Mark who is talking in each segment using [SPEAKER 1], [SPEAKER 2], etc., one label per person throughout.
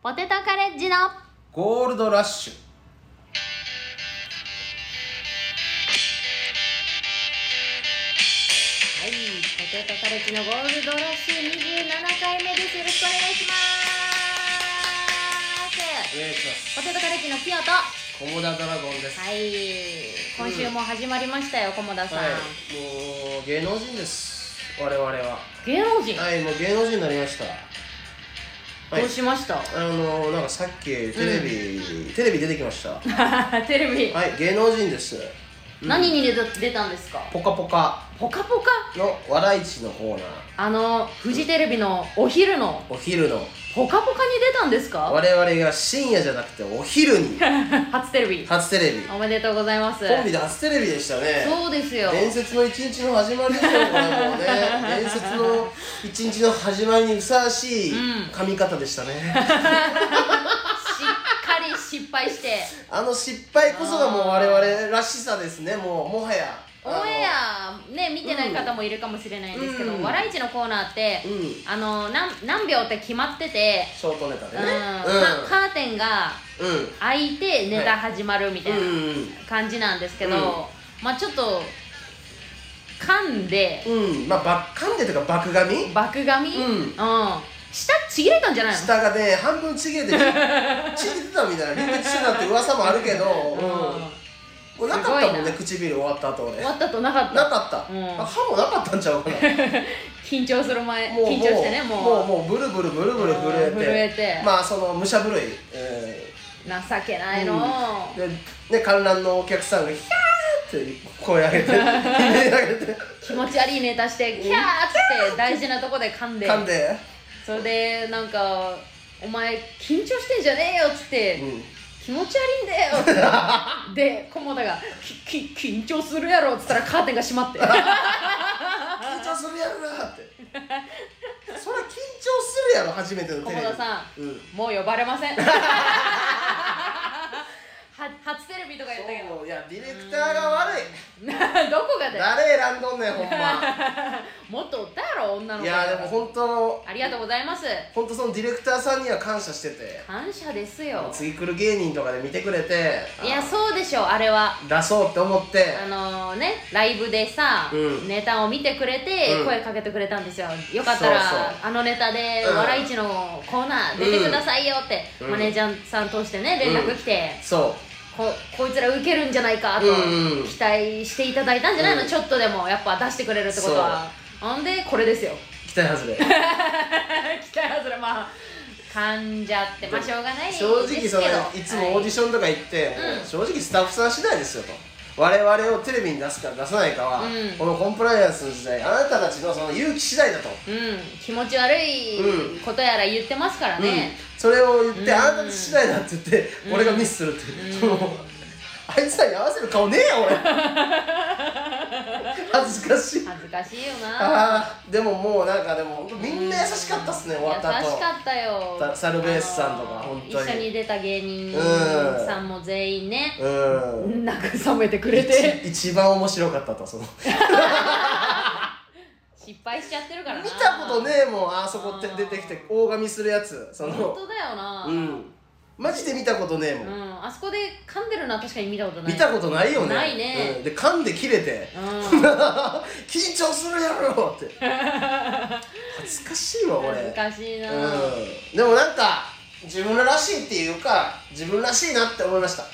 [SPEAKER 1] ポテトカレッジの
[SPEAKER 2] ゴールドラッシュ
[SPEAKER 1] はい、ポテトカレッジのゴールドラッシュ27回目です。よろしくお願いします。
[SPEAKER 2] お願いします
[SPEAKER 1] ポテトカレッジのピオと、は
[SPEAKER 2] 菰田ドラゴンです
[SPEAKER 1] い、今週も始まりましたよ、菰田さん。
[SPEAKER 2] はいもう芸能人です我々はは
[SPEAKER 1] 芸能人、
[SPEAKER 2] いもう芸能人になりましたはい
[SPEAKER 1] どうしました、
[SPEAKER 2] あのなんかさっきテレビ、テレビ出てきました
[SPEAKER 1] テレビ、
[SPEAKER 2] はい芸能人です
[SPEAKER 1] 何に出た出たんですか
[SPEAKER 2] 「ぽかぽか
[SPEAKER 1] ぽかぽか」
[SPEAKER 2] の笑い市のコーナー
[SPEAKER 1] あの、フジテレビのお昼の
[SPEAKER 2] お昼の
[SPEAKER 1] ぽかぽかに出たんですか
[SPEAKER 2] 我々が深夜じゃなくてお昼に
[SPEAKER 1] 初テレビ。
[SPEAKER 2] 初テレビ
[SPEAKER 1] おめでとうございます。
[SPEAKER 2] コンビで初テレビでしたね
[SPEAKER 1] そうですよ。
[SPEAKER 2] 伝説の一日の始まりですよこれもうね伝説の一日の始まりにふさわしい
[SPEAKER 1] うん
[SPEAKER 2] 髪型でしたね、
[SPEAKER 1] しっかり失敗して
[SPEAKER 2] あの失敗こそがもう我々らしさですねもうもはや
[SPEAKER 1] オンエアね見てない方もいるかもしれないんですけど、
[SPEAKER 2] うん
[SPEAKER 1] 笑い市のコーナーって
[SPEAKER 2] あ、のうん
[SPEAKER 1] あの何何秒って決まってて、
[SPEAKER 2] ショートネタで
[SPEAKER 1] うん
[SPEAKER 2] ね
[SPEAKER 1] かカーテンが
[SPEAKER 2] うんうん
[SPEAKER 1] 開いてネタ始まるみたいな
[SPEAKER 2] うん
[SPEAKER 1] 感じなんですけど、
[SPEAKER 2] うん
[SPEAKER 1] まあちょっと噛んで
[SPEAKER 2] うんまあばっかんでというか爆髪
[SPEAKER 1] 爆噛み、
[SPEAKER 2] うん
[SPEAKER 1] 下ちぎれたんじゃないの
[SPEAKER 2] 下がね半分ちぎ れてちぎってたみたいな流血してたって噂もあるけど、う
[SPEAKER 1] う
[SPEAKER 2] ん、
[SPEAKER 1] ん
[SPEAKER 2] もうなかったもん
[SPEAKER 1] すごい
[SPEAKER 2] ね
[SPEAKER 1] な
[SPEAKER 2] 唇終わった後ね
[SPEAKER 1] 終わったとなかっ
[SPEAKER 2] な
[SPEAKER 1] た
[SPEAKER 2] かった、
[SPEAKER 1] うん
[SPEAKER 2] あ歯もなかったんちゃうかな
[SPEAKER 1] 緊張する前
[SPEAKER 2] もう
[SPEAKER 1] 緊張してねもう
[SPEAKER 2] もうもうブルブルブルブル震えて
[SPEAKER 1] うん震えて
[SPEAKER 2] まあその武者震い、え
[SPEAKER 1] 情けないの、
[SPEAKER 2] ーでね観覧のお客さんが「ヒャー!」って声上げ て悲鳴上げて
[SPEAKER 1] 気持ち悪いネタしてキャーっつって大事なとこで噛んで
[SPEAKER 2] 噛んで、
[SPEAKER 1] それでなんか「お前緊張してんじゃねえよ」っつって、
[SPEAKER 2] うん、
[SPEAKER 1] 気持ち悪いんだよ」っつって で菰田がきき「緊張するやろ」っつったらカーテンが閉まって
[SPEAKER 2] 緊張するやろなってそれは緊張するやろ初めてのテレビ
[SPEAKER 1] 菰田さ
[SPEAKER 2] ん、うん
[SPEAKER 1] もう呼ばれません は初テレビとか言ったけど
[SPEAKER 2] そういやディレクターが悪い
[SPEAKER 1] どこがだよ
[SPEAKER 2] 誰選んどんねんほ んま
[SPEAKER 1] もっとおったやろ女の
[SPEAKER 2] い
[SPEAKER 1] 子
[SPEAKER 2] やでも本当
[SPEAKER 1] ありがとうございます
[SPEAKER 2] 本当そのディレクターさんには感謝してて
[SPEAKER 1] 感謝ですよ
[SPEAKER 2] 次来る芸人とかで見てくれて
[SPEAKER 1] いやそうでしょあれは
[SPEAKER 2] 出そうって思って
[SPEAKER 1] あのね、ライブでさ、
[SPEAKER 2] うん
[SPEAKER 1] ネタを見てくれて、
[SPEAKER 2] うん
[SPEAKER 1] 声かけてくれたんですよよかったら
[SPEAKER 2] そうそう
[SPEAKER 1] あのネタで、
[SPEAKER 2] うん
[SPEAKER 1] 笑い市のコーナー出てくださいよって、
[SPEAKER 2] うん
[SPEAKER 1] マネージャーさん通してね連絡来て、
[SPEAKER 2] そ
[SPEAKER 1] ここいつらウケるんじゃないかと
[SPEAKER 2] うんうん
[SPEAKER 1] 期待していただいたんじゃないの、
[SPEAKER 2] うん
[SPEAKER 1] ちょっとでもやっぱ出してくれるってことはほんでこれですよ
[SPEAKER 2] う期待外れ
[SPEAKER 1] 期待外れまあ噛んじゃってまあしょうがないですけど
[SPEAKER 2] 正直そのいつもオーディ
[SPEAKER 1] シ
[SPEAKER 2] ションとか行って、
[SPEAKER 1] うん
[SPEAKER 2] もう正直スタッフさん次第ですよと我々をテレビに出すか出さないかは、
[SPEAKER 1] うん
[SPEAKER 2] このコンプライアンスの時代あなたたちのその勇気次第だと、
[SPEAKER 1] うん、気持ち悪いことやら言ってますから
[SPEAKER 2] うん
[SPEAKER 1] ね、
[SPEAKER 2] それを言って、
[SPEAKER 1] うん
[SPEAKER 2] あなたたち次第だって言って、
[SPEAKER 1] うん
[SPEAKER 2] 俺がミスするっていう、
[SPEAKER 1] うん
[SPEAKER 2] そのあいつらに合わせる顔ねえよ 俺恥ずかしい
[SPEAKER 1] 恥ずかしいよな
[SPEAKER 2] あーでももうなんかでもみんな優しかったっすね、終わった後
[SPEAKER 1] 優しかったよ
[SPEAKER 2] たサルベースさんとか
[SPEAKER 1] あの
[SPEAKER 2] 本当に
[SPEAKER 1] 一緒に出た芸人さんも全員ね
[SPEAKER 2] うん
[SPEAKER 1] 慰めてくれて
[SPEAKER 2] 一一番面白かったとその
[SPEAKER 1] 失敗しちゃってるからな
[SPEAKER 2] 見たことねえもんあそこって出てきて大神するやつそ
[SPEAKER 1] 本
[SPEAKER 2] の
[SPEAKER 1] 当だよな
[SPEAKER 2] うんマジで見たことねえもん、
[SPEAKER 1] うんあそこで噛んでるのは確かに見たことない
[SPEAKER 2] 見たことないよね
[SPEAKER 1] ないね
[SPEAKER 2] うんで噛んで切れて
[SPEAKER 1] うん
[SPEAKER 2] 緊張するやろ って恥ずかしいわ俺
[SPEAKER 1] 恥ずかしいな
[SPEAKER 2] うん、でもなんか自分らしいっていうか自分らしいなって思いました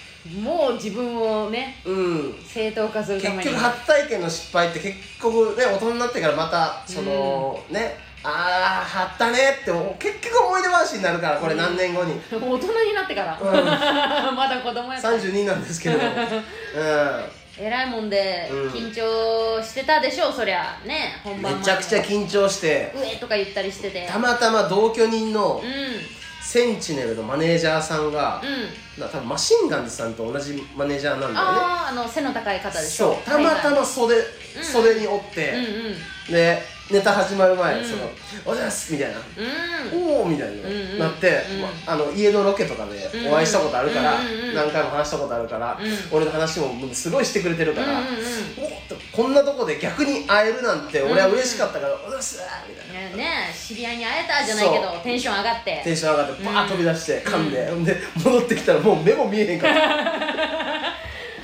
[SPEAKER 1] もう自分をね
[SPEAKER 2] うん
[SPEAKER 1] 正当化するため
[SPEAKER 2] 結
[SPEAKER 1] に
[SPEAKER 2] 局初体験の失敗って結局ね大人になってからまたその、ねああ貼ったねってもう結局思い出話になるからこれ何年後に、
[SPEAKER 1] 大人になってから、 まだ子供やから
[SPEAKER 2] 32なんですけ どう
[SPEAKER 1] えらいもんで
[SPEAKER 2] うん
[SPEAKER 1] 緊張してたでしょうそりゃね本
[SPEAKER 2] ん
[SPEAKER 1] 番まで
[SPEAKER 2] めちゃくちゃ緊張して
[SPEAKER 1] うえとか言ったりしてて
[SPEAKER 2] たまたま同居人の
[SPEAKER 1] うん
[SPEAKER 2] センチネルのマネージャーさんが、
[SPEAKER 1] うん
[SPEAKER 2] な多分マシンガンズさんと同じマネージャーなんだよね
[SPEAKER 1] あああの背の高い方でしょ
[SPEAKER 2] そうたまたま袖,、
[SPEAKER 1] うん
[SPEAKER 2] 袖におって、
[SPEAKER 1] うんうん
[SPEAKER 2] でネタ始まる前、
[SPEAKER 1] うん
[SPEAKER 2] その「おはようございます」みたいな「
[SPEAKER 1] うん
[SPEAKER 2] おお」みたいな、
[SPEAKER 1] うんうん
[SPEAKER 2] なって、
[SPEAKER 1] うん
[SPEAKER 2] まあの家のロケとかでお会いしたことあるから、
[SPEAKER 1] うんうんうん
[SPEAKER 2] 何回も話したことあるから、
[SPEAKER 1] うん
[SPEAKER 2] 俺の話ももうすごいしてくれてるから、
[SPEAKER 1] うんうんうん
[SPEAKER 2] おっとこんなとこで逆に会えるなんて俺は嬉しかったから「おはようございます」みたい
[SPEAKER 1] ね
[SPEAKER 2] な
[SPEAKER 1] ね知り合いに会えたじゃないけどテンション上がって
[SPEAKER 2] テンション上がってパー
[SPEAKER 1] う
[SPEAKER 2] ッ
[SPEAKER 1] ん
[SPEAKER 2] 飛び出して噛んで、ほんで戻ってきたらもう目も見えへんから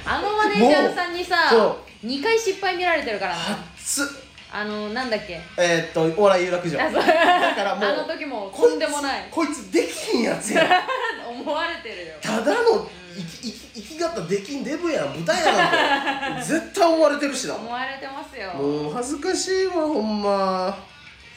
[SPEAKER 1] あのマネージャーさんにさ
[SPEAKER 2] そ
[SPEAKER 1] 2回失敗見られてるからな
[SPEAKER 2] 熱っ
[SPEAKER 1] あのなんだっけ
[SPEAKER 2] えー、っとお笑い有楽
[SPEAKER 1] あ
[SPEAKER 2] 町
[SPEAKER 1] そう
[SPEAKER 2] だからもう
[SPEAKER 1] あの時も
[SPEAKER 2] こと
[SPEAKER 1] ん
[SPEAKER 2] いつ
[SPEAKER 1] でもない
[SPEAKER 2] こいつできへんやつやん
[SPEAKER 1] 思われてるよ
[SPEAKER 2] ただの生き生き生き方できんデブやん豚やな んて絶対思われてるしな
[SPEAKER 1] 思われてますよ
[SPEAKER 2] もう恥ずかしいわほんま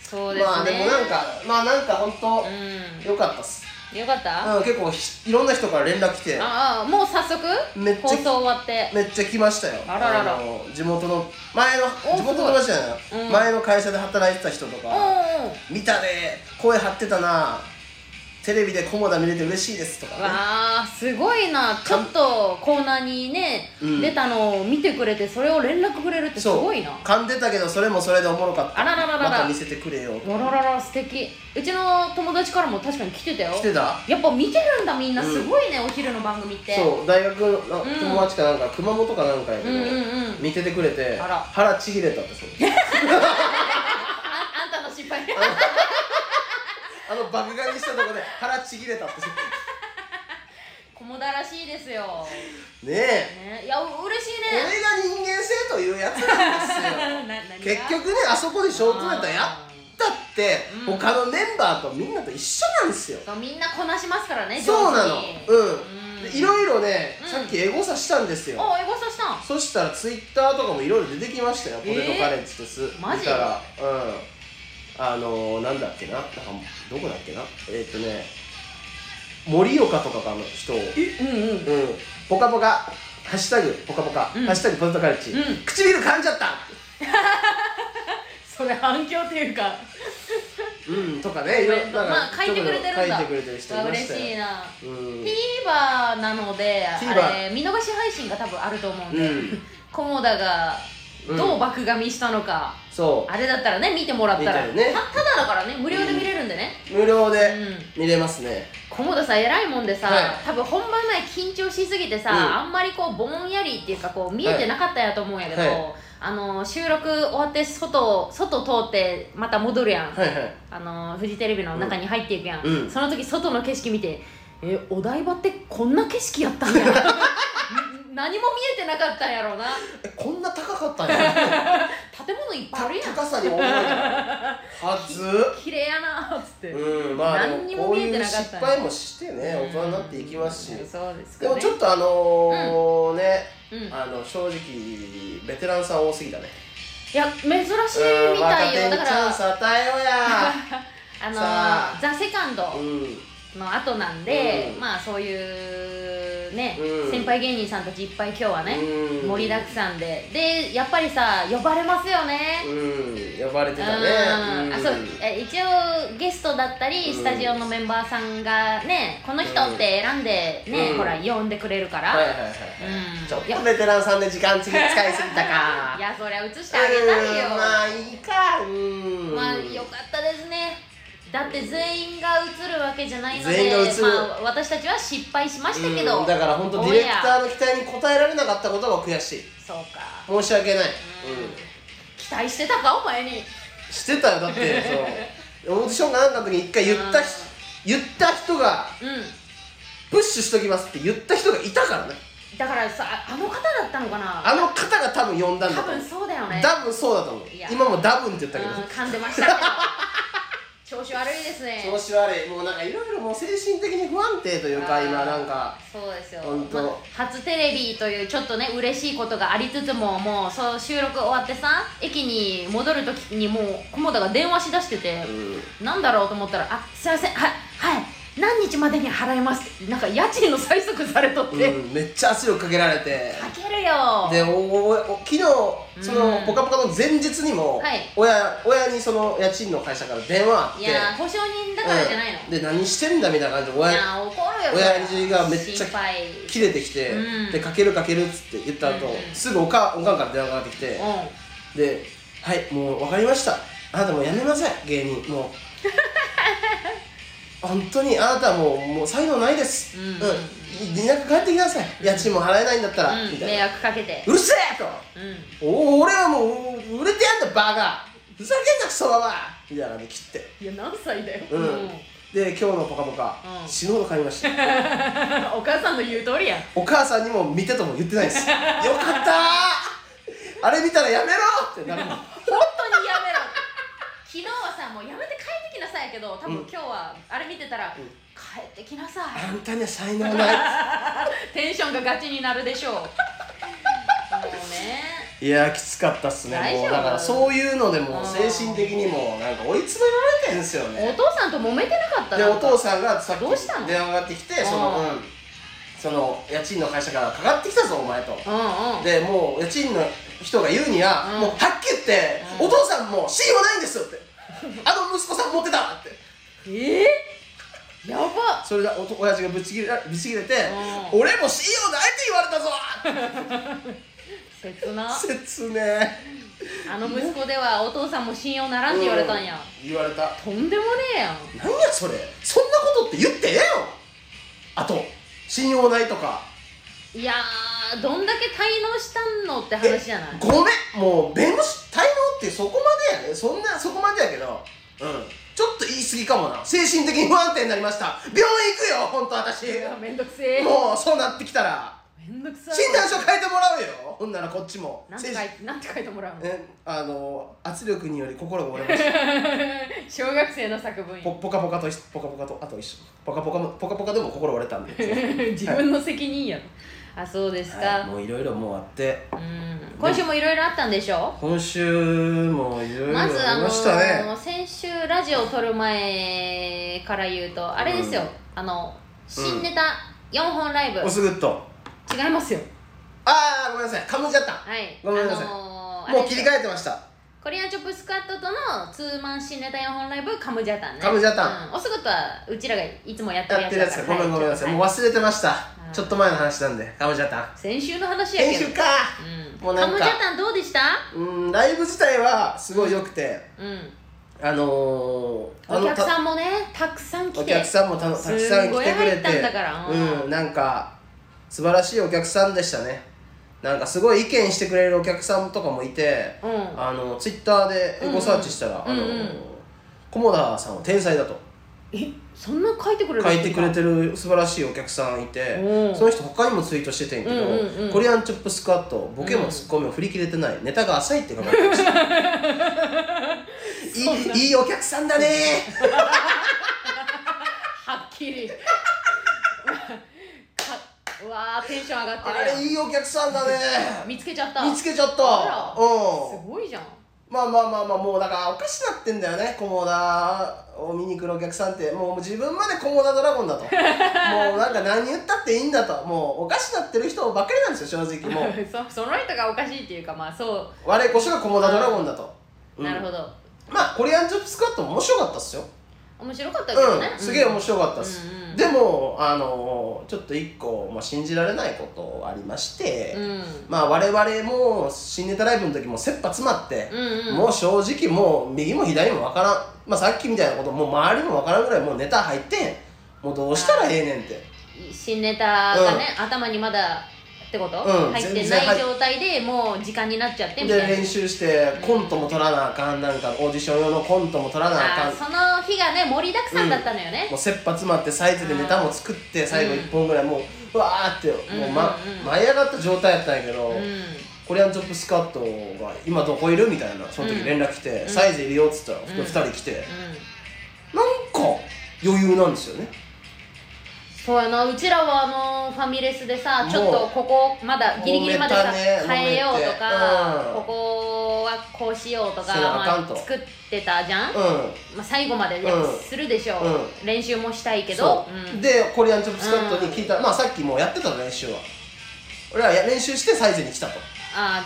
[SPEAKER 1] そうですね
[SPEAKER 2] まあでもなんかまあなんか本当、
[SPEAKER 1] う
[SPEAKER 2] よかったっす、
[SPEAKER 1] んよかった、あ
[SPEAKER 2] うん、結構ひいろんな人から連絡来て
[SPEAKER 1] あもう早速
[SPEAKER 2] めっちゃ
[SPEAKER 1] 放送終わって
[SPEAKER 2] めっちゃ来ましたよ
[SPEAKER 1] あららら
[SPEAKER 2] の地元の前の
[SPEAKER 1] お
[SPEAKER 2] 地元の話じゃない
[SPEAKER 1] すごいうん
[SPEAKER 2] 前の会社で働いてた人と
[SPEAKER 1] う
[SPEAKER 2] か
[SPEAKER 1] んうん
[SPEAKER 2] 「見たで声張ってたなテレビで菰田見れて嬉しいです」とか、ね、
[SPEAKER 1] わあすごいなちょっとコーナーにね、
[SPEAKER 2] うん
[SPEAKER 1] 出たのを見てくれてそれを連絡くれるってす
[SPEAKER 2] そう
[SPEAKER 1] ごいな
[SPEAKER 2] 噛んでたけどそれもそれでおもろかった
[SPEAKER 1] あららららら
[SPEAKER 2] また見せてくれよ
[SPEAKER 1] わららら素敵うちの友達からも確かに来てたよ
[SPEAKER 2] 来てた
[SPEAKER 1] やっぱ見てるんだみんな
[SPEAKER 2] うん
[SPEAKER 1] すごいね、お昼の番組って
[SPEAKER 2] そう大学の
[SPEAKER 1] うん
[SPEAKER 2] 友達かなんか、熊本かなんかやけど、
[SPEAKER 1] うんうんうん
[SPEAKER 2] 見ててくれて
[SPEAKER 1] あら
[SPEAKER 2] 腹ちぎれたってそう
[SPEAKER 1] ああんたの失敗
[SPEAKER 2] あの爆買いしたとこで腹ちぎれたってそう
[SPEAKER 1] 菰田らしいですよ、
[SPEAKER 2] ねえ
[SPEAKER 1] ね、 いや嬉しい
[SPEAKER 2] これ
[SPEAKER 1] ね
[SPEAKER 2] が人間性というやつな ん
[SPEAKER 1] な何
[SPEAKER 2] ですよ
[SPEAKER 1] が
[SPEAKER 2] 結局ねあそこで証拠ネタやったって
[SPEAKER 1] うん
[SPEAKER 2] 他のメンバーとみんなと一緒なんですよ
[SPEAKER 1] そうみんなこなしますからね
[SPEAKER 2] そうなの
[SPEAKER 1] 上手に
[SPEAKER 2] うんでいろいろね
[SPEAKER 1] うん
[SPEAKER 2] さっきエゴサしたんですよ
[SPEAKER 1] あエゴサしたん
[SPEAKER 2] そしたらツイッターとかもいろいろ出てきましたよポ
[SPEAKER 1] えー
[SPEAKER 2] テトカレッジです
[SPEAKER 1] マジ
[SPEAKER 2] 見たらうんあのーなんだっけななんかどこだっけなえーっとね盛岡とかかの人を
[SPEAKER 1] えうんうん
[SPEAKER 2] うんぽかぽかハッシュタグぽかぽかハ
[SPEAKER 1] うん
[SPEAKER 2] ッシュタグポテトカレッジ
[SPEAKER 1] うん
[SPEAKER 2] 唇噛んじゃった
[SPEAKER 1] それ反響っていうか
[SPEAKER 2] うんとかね、いろんな
[SPEAKER 1] まあ書いてくれてるんだ
[SPEAKER 2] 書いてくれてる人いましたよ。
[SPEAKER 1] 嬉しいな
[SPEAKER 2] うん。
[SPEAKER 1] TVer なのであ
[SPEAKER 2] TVer
[SPEAKER 1] れ見逃し配信が多分あると思うん
[SPEAKER 2] う
[SPEAKER 1] で、
[SPEAKER 2] ん。
[SPEAKER 1] 菰田が
[SPEAKER 2] うん
[SPEAKER 1] どう爆噛みしたのか、
[SPEAKER 2] そ
[SPEAKER 1] あれだったらね見てもらったら
[SPEAKER 2] 見てね
[SPEAKER 1] たただだからね無料で見れるんでね、
[SPEAKER 2] う。無料
[SPEAKER 1] う
[SPEAKER 2] で
[SPEAKER 1] ん
[SPEAKER 2] 見れますね。
[SPEAKER 1] 菰田さん偉いもんでさ、
[SPEAKER 2] はい
[SPEAKER 1] 多分本番前緊張しすぎてさ、
[SPEAKER 2] うん
[SPEAKER 1] あんまりこうぼんやりっていうかこう見えてなかったやと思うんやけど、
[SPEAKER 2] はい
[SPEAKER 1] あの収録終わって外外通ってまた戻るやん、
[SPEAKER 2] はいはい。
[SPEAKER 1] あのフジテレビの中に入っていくやん、
[SPEAKER 2] うん
[SPEAKER 1] その時外の景色見て「えお台場ってこんな景色やったんや」 何も見えてなかったんやろうな
[SPEAKER 2] え、こんな高かったんや。
[SPEAKER 1] 建物いっぱいあるやん
[SPEAKER 2] 高さに驚いた。は ず。
[SPEAKER 1] 綺麗やなっつって、
[SPEAKER 2] うん、まあ
[SPEAKER 1] 何に
[SPEAKER 2] で
[SPEAKER 1] も
[SPEAKER 2] もこう
[SPEAKER 1] 見え
[SPEAKER 2] い
[SPEAKER 1] て
[SPEAKER 2] う
[SPEAKER 1] なかっ
[SPEAKER 2] 失
[SPEAKER 1] たね
[SPEAKER 2] 敗もしてね、大人になっていきますし。
[SPEAKER 1] うんそうです
[SPEAKER 2] で
[SPEAKER 1] か、ね、
[SPEAKER 2] もちょっとあのーね、
[SPEAKER 1] うん、い
[SPEAKER 2] あの正直ベテランさん多すぎたね。
[SPEAKER 1] や珍しいみたいよ
[SPEAKER 2] うん若手に
[SPEAKER 1] だか
[SPEAKER 2] チャンス
[SPEAKER 1] ら
[SPEAKER 2] 与えよう
[SPEAKER 1] あの
[SPEAKER 2] さあ
[SPEAKER 1] ザ・セカンド
[SPEAKER 2] や。うん。
[SPEAKER 1] の後なんで、
[SPEAKER 2] うん
[SPEAKER 1] まあそういうね、
[SPEAKER 2] うん
[SPEAKER 1] 先輩芸人さんたちいっぱい今日はね、
[SPEAKER 2] うん
[SPEAKER 1] 盛りだくさんででやっぱりさ呼ばれますよね、
[SPEAKER 2] うん、呼ばれてたね。
[SPEAKER 1] うんあそうんえ一応ゲストだったり
[SPEAKER 2] うん
[SPEAKER 1] スタジオのメンバーさんがねこの人って選んでね、
[SPEAKER 2] うん
[SPEAKER 1] ほら呼んでくれるから、
[SPEAKER 2] はいはいはいはい、
[SPEAKER 1] うん
[SPEAKER 2] ちょっとベテランさんで時間つ使いすぎたか
[SPEAKER 1] いやそりゃ映してあげたいよ
[SPEAKER 2] うんまあいいかうん
[SPEAKER 1] まあよかったですねだって全員が映るわけじゃないので
[SPEAKER 2] 全員が映る
[SPEAKER 1] まあ、私たちは失敗しましたけど、
[SPEAKER 2] うんだから本当ディレクターの期待に応えられなかったことが悔しい
[SPEAKER 1] そうか、
[SPEAKER 2] 申し訳ない、
[SPEAKER 1] うん
[SPEAKER 2] うん、
[SPEAKER 1] 期待してたかお前に
[SPEAKER 2] してたよだって そうオーディションかなんかの時に一回言ったひ言った人が
[SPEAKER 1] うん
[SPEAKER 2] プッシュしときますって言った人がいたからね
[SPEAKER 1] だからさああの方だったのかな
[SPEAKER 2] あの方が多分呼んだんだ
[SPEAKER 1] 多
[SPEAKER 2] と思
[SPEAKER 1] 分
[SPEAKER 2] う
[SPEAKER 1] そうだよね
[SPEAKER 2] 多分そうだと思う
[SPEAKER 1] いや
[SPEAKER 2] 今もダブンって言ったけど
[SPEAKER 1] うん噛んでましたけど調子悪いですね
[SPEAKER 2] 調子悪いもうなんかいろいろもう精神的に不安定というか
[SPEAKER 1] あー
[SPEAKER 2] 今なんか
[SPEAKER 1] そうですよ、
[SPEAKER 2] ほんと
[SPEAKER 1] まあ初テレビというちょっとね嬉しいことがありつつももうそう収録終わってさ駅に戻る時にもう菰田が電話しだしてて、なんだろうと思ったら「あすいませんはいはい何日までに払います」ってなんか家賃の催促されとって、
[SPEAKER 2] うん、めっちゃ圧力かけられて
[SPEAKER 1] かけるよ
[SPEAKER 2] でおおお昨日その
[SPEAKER 1] うん
[SPEAKER 2] 「ぽかぽか」の前日にも、
[SPEAKER 1] はい
[SPEAKER 2] 親親にその家賃の会社から電話あって
[SPEAKER 1] いやー保証人だからじゃないの、
[SPEAKER 2] うんで何してんだみたいな感じで
[SPEAKER 1] い
[SPEAKER 2] 親
[SPEAKER 1] やー怒るよ
[SPEAKER 2] 親父がめっちゃ
[SPEAKER 1] 心配
[SPEAKER 2] 切れてきて、
[SPEAKER 1] うん
[SPEAKER 2] でかけるかけるっつって言った後、
[SPEAKER 1] うんうん
[SPEAKER 2] すぐおかおかんから電話がかかってきて、
[SPEAKER 1] うん
[SPEAKER 2] で「はいもう分かりましたあなたもうやめません芸人も う本当にあなたはもうもう才能ないです
[SPEAKER 1] うん
[SPEAKER 2] んいなく帰ってきなさい家賃も払えないんだったら、
[SPEAKER 1] うん、
[SPEAKER 2] みたい
[SPEAKER 1] 迷
[SPEAKER 2] な
[SPEAKER 1] 惑かけて
[SPEAKER 2] うるせえと
[SPEAKER 1] うん
[SPEAKER 2] お俺はもう売れてやんだバカふざけんなクソババアみたいな感じで切って
[SPEAKER 1] いや何歳だよ、
[SPEAKER 2] うん
[SPEAKER 1] うん
[SPEAKER 2] で今日の「ぽかぽか
[SPEAKER 1] う」ん
[SPEAKER 2] 死ぬほど買いました
[SPEAKER 1] お母さんの言う通りや
[SPEAKER 2] お母さんにも見てとも言ってない ですよかったーあれ見たらやめろってなるの
[SPEAKER 1] 本当にやめろ昨日はさもうやめて帰ってきなさいやけど多分今日はあれ見てたら、
[SPEAKER 2] うん
[SPEAKER 1] 帰ってきなさい
[SPEAKER 2] あんたには才能な
[SPEAKER 1] テンションがガチになるで しょうもうね
[SPEAKER 2] いいやーきつかったっすね
[SPEAKER 1] 大丈
[SPEAKER 2] も
[SPEAKER 1] 夫
[SPEAKER 2] うだからそういうので
[SPEAKER 1] う
[SPEAKER 2] も
[SPEAKER 1] ん
[SPEAKER 2] 精神的にもなんか追い詰められてんすよ
[SPEAKER 1] お
[SPEAKER 2] ね
[SPEAKER 1] 父さんと揉めてなかった
[SPEAKER 2] で
[SPEAKER 1] なん
[SPEAKER 2] お
[SPEAKER 1] か
[SPEAKER 2] 父さんがさっ
[SPEAKER 1] どうした
[SPEAKER 2] き
[SPEAKER 1] の
[SPEAKER 2] 電話がかってきてその、
[SPEAKER 1] うん
[SPEAKER 2] うんその家賃の会社からかかってきたぞお前と
[SPEAKER 1] うんうん
[SPEAKER 2] でもう家賃の人が言うには、
[SPEAKER 1] うん
[SPEAKER 2] もうはっきり言って、
[SPEAKER 1] うん
[SPEAKER 2] お父さんも信用ないんですよってあの息子さん持ってたって
[SPEAKER 1] えー、やば
[SPEAKER 2] それでおと親父がぶち切れぶち切れて「
[SPEAKER 1] うん
[SPEAKER 2] 俺も信用ないって言われたぞ!」
[SPEAKER 1] 切な
[SPEAKER 2] 説明
[SPEAKER 1] あの息子ではお父さんも信用ならんって言われたんや、
[SPEAKER 2] うん言われた
[SPEAKER 1] とんでもねえやん
[SPEAKER 2] 何やそれそんなことって言ってええよあと信用ないとか
[SPEAKER 1] いやーどんだけ滞納したんのって話じゃない
[SPEAKER 2] ごめんもう弁護士滞納ってそこまでやねそんなそこまでやけどうんちょっと言い過ぎかもな精神的に不安定になりました病院行くよ本当私
[SPEAKER 1] いやめんどくせえ
[SPEAKER 2] もうそうなってきたら
[SPEAKER 1] めんどくさい
[SPEAKER 2] 診断書書いてもらうよほんならこっちも
[SPEAKER 1] なんて書いなんて書いてもらうの
[SPEAKER 2] えあの圧力により心が折れまし た
[SPEAKER 1] 小学生の作文や
[SPEAKER 2] ポポカポカと一緒ポカポカとあと一緒ポカポカもポカポカでも心折れたんで
[SPEAKER 1] 自分の責任やろ、あそうですか、
[SPEAKER 2] はい、もういろいろもうあって
[SPEAKER 1] うん今週もいろいろあったんでしょ
[SPEAKER 2] 今週もいろいろあ
[SPEAKER 1] まずあ
[SPEAKER 2] り
[SPEAKER 1] の
[SPEAKER 2] ましたね、
[SPEAKER 1] ー先週ラジオを撮る前から言うとあれですよ、
[SPEAKER 2] うん
[SPEAKER 1] あの新ネタ4本ライブ、
[SPEAKER 2] おすぐっと
[SPEAKER 1] 違いますよ
[SPEAKER 2] ああごめんなさいかむんじゃった
[SPEAKER 1] はい
[SPEAKER 2] ごめんなさい
[SPEAKER 1] のー
[SPEAKER 2] も
[SPEAKER 1] あれ
[SPEAKER 2] う
[SPEAKER 1] で
[SPEAKER 2] 切
[SPEAKER 1] す
[SPEAKER 2] り
[SPEAKER 1] よ
[SPEAKER 2] 替えてました
[SPEAKER 1] コリアンチョップスクワットとのツーマン新ネタ4本ライブカムジャタンね
[SPEAKER 2] カムジャタ
[SPEAKER 1] ン、うん、お仕事はうちらがいつもやってる
[SPEAKER 2] や
[SPEAKER 1] やつ
[SPEAKER 2] ってるや
[SPEAKER 1] だ
[SPEAKER 2] つ
[SPEAKER 1] か
[SPEAKER 2] ご
[SPEAKER 1] ら
[SPEAKER 2] めんごめんなさい、
[SPEAKER 1] は
[SPEAKER 2] もう忘れてました、
[SPEAKER 1] い
[SPEAKER 2] ちょっと前の話なんでかむじゃった
[SPEAKER 1] 先週の話やけど
[SPEAKER 2] 編集か
[SPEAKER 1] うん、
[SPEAKER 2] もうなんか
[SPEAKER 1] カムジャタンどうでした
[SPEAKER 2] うんライブ自体はすごい良くて、
[SPEAKER 1] うん
[SPEAKER 2] あのー、
[SPEAKER 1] お客
[SPEAKER 2] あの
[SPEAKER 1] さんもねたくさん来て
[SPEAKER 2] お客さんもたたくさん来
[SPEAKER 1] す
[SPEAKER 2] て
[SPEAKER 1] んごい
[SPEAKER 2] くれ
[SPEAKER 1] 入ったん
[SPEAKER 2] て
[SPEAKER 1] だからうん
[SPEAKER 2] うんなんか素晴らしいお客さんでしたねなんかすごい意見してくれるお客さんとかもいて、
[SPEAKER 1] うん
[SPEAKER 2] あのツイッターでエゴサーチしたら、
[SPEAKER 1] うんうん
[SPEAKER 2] あの
[SPEAKER 1] うんうん
[SPEAKER 2] 菰田さんは天才だと
[SPEAKER 1] えそんな書いてくれる
[SPEAKER 2] 書いてくれ
[SPEAKER 1] る
[SPEAKER 2] てる素晴らしいお客さんいて、
[SPEAKER 1] うん
[SPEAKER 2] その人他にもツイートしててんけど、
[SPEAKER 1] うんうんうん
[SPEAKER 2] コリアンチョップスクワットボケもツッコミも振り切れてない、ネタが浅いって書かれ てましたいいいいお客さ んだね
[SPEAKER 1] はっきり かうわーテンション上がって
[SPEAKER 2] あ
[SPEAKER 1] るやん
[SPEAKER 2] れいいお客さんだね
[SPEAKER 1] 見つけちゃった
[SPEAKER 2] 見つけちゃった
[SPEAKER 1] あら
[SPEAKER 2] うん
[SPEAKER 1] すごいじゃん
[SPEAKER 2] まあまあまあまあもうだからおかしなってんだよね菰田を見に来るお客さんってもう自分まで菰田ドラゴン だともうなんか何言ったっていいんだともうおかしなってる人ばっかりなんですよ正直もう
[SPEAKER 1] そその人がおかしいっていうかまあそ
[SPEAKER 2] 我こそが菰田ドラゴンだと、
[SPEAKER 1] うなるほ
[SPEAKER 2] ど
[SPEAKER 1] ど
[SPEAKER 2] まあコリアンジョップスクワットも面白かったっすよ、
[SPEAKER 1] 面白かったけどね
[SPEAKER 2] うんすげえ面白かったっす、
[SPEAKER 1] うんうん
[SPEAKER 2] でもあのちょっと一個、まあ、信じられないことありまして、
[SPEAKER 1] うん
[SPEAKER 2] まあ我々も新ネタライブの時も切羽詰まって、
[SPEAKER 1] うんうん
[SPEAKER 2] もう正直もう右も左もわからん、まあ、さっきみたいなこともう周りもわからんぐらいもうネタ入ってんもうどうしたらええねんって
[SPEAKER 1] 新ネタがね、頭にまだってこと、
[SPEAKER 2] うん
[SPEAKER 1] 入ってな
[SPEAKER 2] 全然
[SPEAKER 1] い
[SPEAKER 2] 入っ
[SPEAKER 1] 状態でもう時間になっちゃってみ
[SPEAKER 2] で
[SPEAKER 1] たいな
[SPEAKER 2] 練習してコントも取らなあかんなんかオーディション用のコントも取らなあか
[SPEAKER 1] あ
[SPEAKER 2] ん
[SPEAKER 1] ーその日がね盛りだくさんだったのよね、
[SPEAKER 2] もう切羽詰まってサイズでネタも作って最後1本ぐらいもううわーってもう、ま
[SPEAKER 1] うんうんうん
[SPEAKER 2] 舞い上がった状態やったんやけど、
[SPEAKER 1] うん
[SPEAKER 2] コリアンチョップスカットが今どこいるみたいなその時連絡来て、サイズいるよっつったら
[SPEAKER 1] うん
[SPEAKER 2] 2人来て、
[SPEAKER 1] うん
[SPEAKER 2] なんか余裕なんですよね
[SPEAKER 1] そうやなうちらはあのファミレスでさ
[SPEAKER 2] もう
[SPEAKER 1] ちょっとここまだギリギリまでさ、
[SPEAKER 2] 揉めたね
[SPEAKER 1] 変えようと
[SPEAKER 2] 揉め
[SPEAKER 1] か、
[SPEAKER 2] てうん
[SPEAKER 1] ここはこうしようとか
[SPEAKER 2] せなあかんと
[SPEAKER 1] まあ、作ってたじゃん、
[SPEAKER 2] う
[SPEAKER 1] まあ、最後までやっぱ
[SPEAKER 2] うん
[SPEAKER 1] するでしょう、練習もしたいけ
[SPEAKER 2] ん
[SPEAKER 1] ど
[SPEAKER 2] そううんでコリアンチョップスカットに聞いた、まあさっきもうやってたの練習は俺はや練習してサイズに来たと
[SPEAKER 1] あ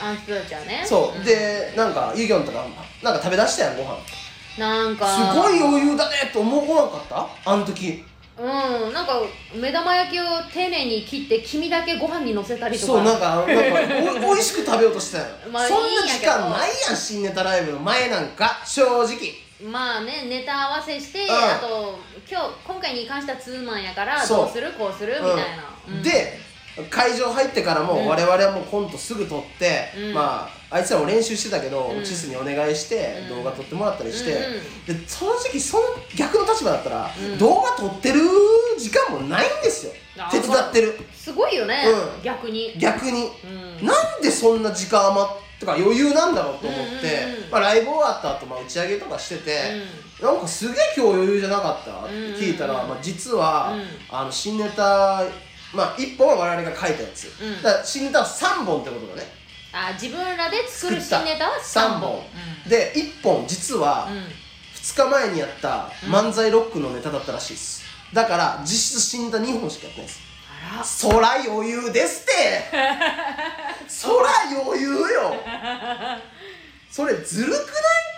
[SPEAKER 1] あアンスプーちゃんね
[SPEAKER 2] そう、
[SPEAKER 1] ん
[SPEAKER 2] でなんかユギョンとかなんか食べだしたやんご飯
[SPEAKER 1] なんか
[SPEAKER 2] すごい余裕だねと思わなかったあの時
[SPEAKER 1] うんなんか目玉焼きを丁寧に切って黄身だけご飯にのせたりとか
[SPEAKER 2] そうなんかなんかお 美味しく食べようとしてたよ、
[SPEAKER 1] まあ
[SPEAKER 2] そん
[SPEAKER 1] いいん
[SPEAKER 2] な
[SPEAKER 1] や
[SPEAKER 2] 時
[SPEAKER 1] けど
[SPEAKER 2] 間ないやん新ネタライブの前なんか正直
[SPEAKER 1] まあねネタ合わせして、
[SPEAKER 2] ん
[SPEAKER 1] あと今日今回に関してはツーマンやから
[SPEAKER 2] そう
[SPEAKER 1] どうするこうするみたいな、うん
[SPEAKER 2] で会場入ってからも、
[SPEAKER 1] うん
[SPEAKER 2] 我々はもうコントすぐ撮って、
[SPEAKER 1] うん
[SPEAKER 2] まああいつらも練習してたけど、
[SPEAKER 1] うん
[SPEAKER 2] チスにお願いして、
[SPEAKER 1] うん
[SPEAKER 2] 動画撮ってもらったりして、
[SPEAKER 1] う
[SPEAKER 2] で正直その逆の立場だったら、
[SPEAKER 1] うん
[SPEAKER 2] 動画撮ってる時間もないんですよ
[SPEAKER 1] あ
[SPEAKER 2] 手伝ってる
[SPEAKER 1] すごいよね、
[SPEAKER 2] うん
[SPEAKER 1] 逆に、
[SPEAKER 2] 逆に、
[SPEAKER 1] うん、
[SPEAKER 2] なんでそんな時間余ってか余裕なんだろうと思って、
[SPEAKER 1] うんうんうん
[SPEAKER 2] まあ、ライブ終わった後、まあ打ち上げとかしてて、なんかすげえ今日余裕じゃなかったって聞いたら、
[SPEAKER 1] うんうんうん
[SPEAKER 2] まあ、実は、
[SPEAKER 1] うん
[SPEAKER 2] あの新ネタ、まあ、1本は我々が書いたやつ、
[SPEAKER 1] うん
[SPEAKER 2] だから新ネタは3本ってことだね
[SPEAKER 1] あ自分らで作る
[SPEAKER 2] 作った
[SPEAKER 1] 新ネタは3本
[SPEAKER 2] で1本実は
[SPEAKER 1] うん、うん
[SPEAKER 2] 2日前にやった
[SPEAKER 1] うん
[SPEAKER 2] 漫才ロックのネタだったらしいですだから実質新ネタ2本しかやってないです
[SPEAKER 1] あら
[SPEAKER 2] そら余裕ですって そら余裕よそれずるくない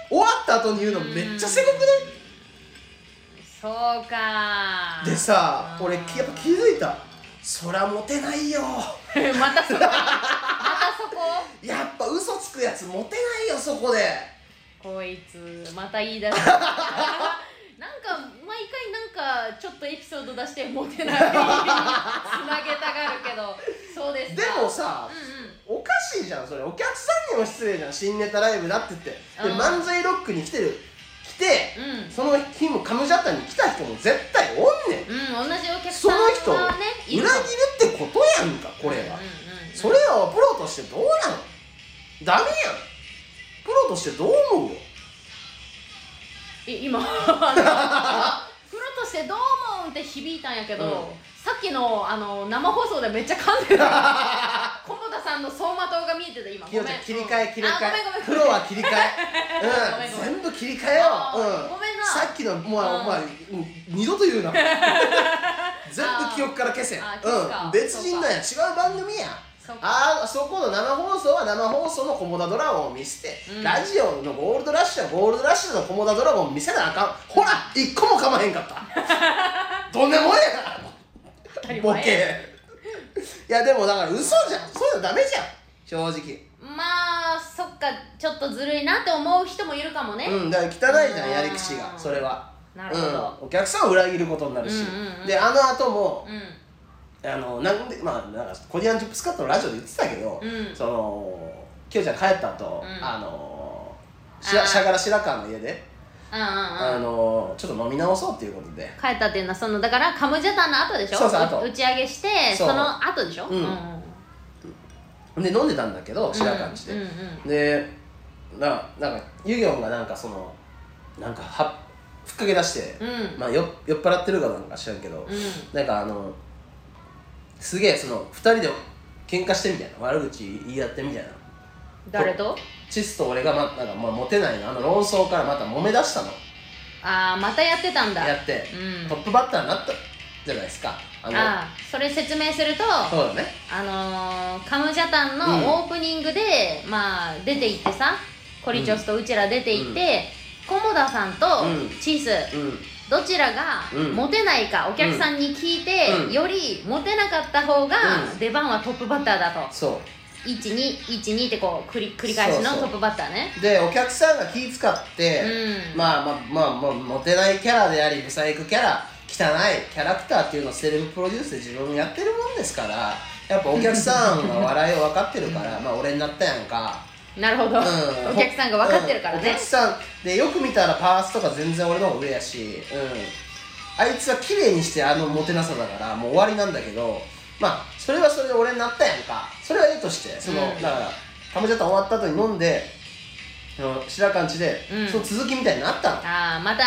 [SPEAKER 2] 終わった後に言うのめっちゃせこくない
[SPEAKER 1] そうか
[SPEAKER 2] でさ俺やっぱ気づいたそらモテないよ
[SPEAKER 1] た またそこまたそこ
[SPEAKER 2] やっぱ嘘つくやつモテないよそこで
[SPEAKER 1] こいつまた言い 出したなんか毎回なんかちょっとエピソード出してモテ ないつなげたがるけどそうです
[SPEAKER 2] で
[SPEAKER 1] か
[SPEAKER 2] もさ
[SPEAKER 1] うんうん
[SPEAKER 2] おかしいじゃんそれお客さんにも失礼じゃん新ネタライブだって言ってで
[SPEAKER 1] うん
[SPEAKER 2] 漫才ロックに来てる来て
[SPEAKER 1] うん
[SPEAKER 2] その日もカムジャタに来た人も絶対おんねん
[SPEAKER 1] うん、同じお客
[SPEAKER 2] そ
[SPEAKER 1] さ
[SPEAKER 2] の人を
[SPEAKER 1] ん
[SPEAKER 2] 裏
[SPEAKER 1] はねい
[SPEAKER 2] 切
[SPEAKER 1] る
[SPEAKER 2] る
[SPEAKER 1] と
[SPEAKER 2] ってことやんかこれは
[SPEAKER 1] うんうんうん
[SPEAKER 2] それをプロとしてどうなのダメやんプロとしてどう思うよ
[SPEAKER 1] い今あのプロとしてどう思うんって響いたんやけど、
[SPEAKER 2] うん
[SPEAKER 1] さっきのあの生放送でめっちゃ噛んでた 菰田さんの走馬灯が見えてた今
[SPEAKER 2] きよ
[SPEAKER 1] ご
[SPEAKER 2] ち
[SPEAKER 1] め
[SPEAKER 2] ゃ
[SPEAKER 1] ん
[SPEAKER 2] ん切り替え切り替
[SPEAKER 1] あごめんごめん
[SPEAKER 2] えプロは切り替え
[SPEAKER 1] ごめんごめ
[SPEAKER 2] うんん全部切り替えよ
[SPEAKER 1] あ
[SPEAKER 2] う
[SPEAKER 1] ー
[SPEAKER 2] うん
[SPEAKER 1] ごめんな
[SPEAKER 2] さっきのもう
[SPEAKER 1] うん
[SPEAKER 2] お前うん二度と言う な全部記憶から消せ
[SPEAKER 1] あー消すか
[SPEAKER 2] うん別人なんや違う番組や
[SPEAKER 1] そうか
[SPEAKER 2] あーそこの生放送は生放送のコモダドラゴンを見せて、
[SPEAKER 1] うん
[SPEAKER 2] ラジオのゴールドラッシュはゴールドラッシュのコモダドラゴンを見せ なあかんほら一個もかまへんかったどんなもんや
[SPEAKER 1] 当たり
[SPEAKER 2] ボ
[SPEAKER 1] 前
[SPEAKER 2] ケいやでもだから嘘じゃんそういうのダメじゃん正直
[SPEAKER 1] まあそっかちょっとずるいなって思う人もいるかもね、
[SPEAKER 2] うんだから汚いじゃ
[SPEAKER 1] うん
[SPEAKER 2] んやり口がそれは
[SPEAKER 1] なるほど、
[SPEAKER 2] うん、お客さんを裏切ることになるし、
[SPEAKER 1] うんうんうん
[SPEAKER 2] であの後も
[SPEAKER 1] うん
[SPEAKER 2] あのなんでまあなんかコディアン・ジップスカットのラジオで言ってたけど、
[SPEAKER 1] うん
[SPEAKER 2] そのきよちゃん帰った後、
[SPEAKER 1] うん
[SPEAKER 2] あのしら
[SPEAKER 1] あー
[SPEAKER 2] しゃがら白川の家
[SPEAKER 1] うんう
[SPEAKER 2] で、
[SPEAKER 1] ん
[SPEAKER 2] あ
[SPEAKER 1] うん
[SPEAKER 2] のちょっと飲み直そうっていうことで
[SPEAKER 1] 帰ったっていうのはそのだからカムジャタンの後でしょ
[SPEAKER 2] そうそう後
[SPEAKER 1] 打ち上げして
[SPEAKER 2] そ
[SPEAKER 1] そうの後でしょ
[SPEAKER 2] うんで飲んでたんだけど白川んちで、
[SPEAKER 1] うんうんうん
[SPEAKER 2] でななんかユギョンがなんかそのなんかはふっかけ出して、
[SPEAKER 1] うん
[SPEAKER 2] まあ、よ酔っ払ってるかなんか知らんけど、
[SPEAKER 1] うん
[SPEAKER 2] なんかあのすげえその2人で喧嘩してみたいな悪口言い合ってみたいな
[SPEAKER 1] 誰と
[SPEAKER 2] チスと俺がまなんか、まあ、モテないのあの論争からまた揉め出したの
[SPEAKER 1] ああまたやってたんだ
[SPEAKER 2] やって、
[SPEAKER 1] うん
[SPEAKER 2] トップバッターになったじゃないですかあの
[SPEAKER 1] ああそれ説明すると
[SPEAKER 2] そうだね
[SPEAKER 1] あのー、カムジャタン
[SPEAKER 2] うん
[SPEAKER 1] のオープニングで、まあ出て行ってさコリチョスとうちら出て行って、コモダさんと
[SPEAKER 2] うん
[SPEAKER 1] チース、
[SPEAKER 2] う
[SPEAKER 1] どちらが
[SPEAKER 2] うん
[SPEAKER 1] モテないかお客さんに聞いて、
[SPEAKER 2] うん
[SPEAKER 1] よりモテなかった方が
[SPEAKER 2] うん
[SPEAKER 1] 出番はトップバッターだと
[SPEAKER 2] んそ
[SPEAKER 1] 1212ってこう繰り繰り返しの
[SPEAKER 2] そう
[SPEAKER 1] ト
[SPEAKER 2] そう
[SPEAKER 1] ップバッターね
[SPEAKER 2] うでお客さんが気使って、
[SPEAKER 1] うん
[SPEAKER 2] まあまあまあ、まあ、モテないキャラでありブサイクキャラ汚いキャラクターっていうのをセレブプロデュースで自分やってるもんですからやっぱお客さんが笑いを分かってるからまあ俺になったやんか
[SPEAKER 1] なるほど、
[SPEAKER 2] うん
[SPEAKER 1] お客さんが分かってるから
[SPEAKER 2] うんお
[SPEAKER 1] ね
[SPEAKER 2] 客、さんでよく見たらパースとか全然俺の方が上やし、うん、あいつは綺麗にしてあのモテなさだからもう終わりなんだけどまあそれはそれで俺になったやんかそれはええとしてその、
[SPEAKER 1] うん
[SPEAKER 2] だからカムジャタン終わった後に飲んでその白川んちで、
[SPEAKER 1] うん
[SPEAKER 2] その続きみたいになったの
[SPEAKER 1] ああまた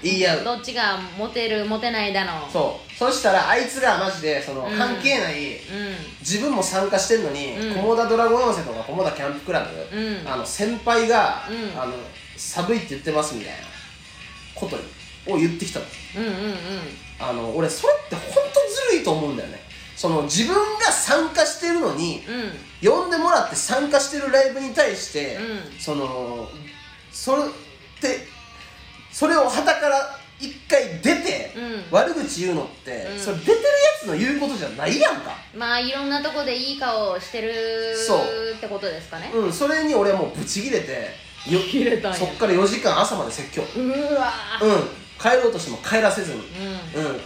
[SPEAKER 2] 言い合う
[SPEAKER 1] どっちがモテるモテないだの
[SPEAKER 2] そうそしたらあいつらマジでその、
[SPEAKER 1] うん
[SPEAKER 2] 関係ない
[SPEAKER 1] うん
[SPEAKER 2] 自分も参加してんのに、
[SPEAKER 1] うん
[SPEAKER 2] コモダドラゴン寄せとかコモダキャンプクラブ、
[SPEAKER 1] うん
[SPEAKER 2] あの先輩が、
[SPEAKER 1] うん
[SPEAKER 2] あの寒いって言ってますみたいなことを言ってきたの
[SPEAKER 1] うんうんうん
[SPEAKER 2] あの俺それって本当ずるいと思うんだよねその自分が参加してるのに
[SPEAKER 1] うん
[SPEAKER 2] 呼んでもらって参加してるライブに対して、
[SPEAKER 1] うん
[SPEAKER 2] そのそれってそれをはたから一回出て、
[SPEAKER 1] うん
[SPEAKER 2] 悪口言うのって、
[SPEAKER 1] うん
[SPEAKER 2] それ出てるやつの言うことじゃないやんか
[SPEAKER 1] まあいろんなとこでいい顔してる
[SPEAKER 2] そう
[SPEAKER 1] ってことですかね
[SPEAKER 2] うん、それに俺はもうブチギレてよ
[SPEAKER 1] 切れたんや
[SPEAKER 2] そっから4時間朝まで説教
[SPEAKER 1] うわ
[SPEAKER 2] うん帰ろうとしても帰らせずに、
[SPEAKER 1] う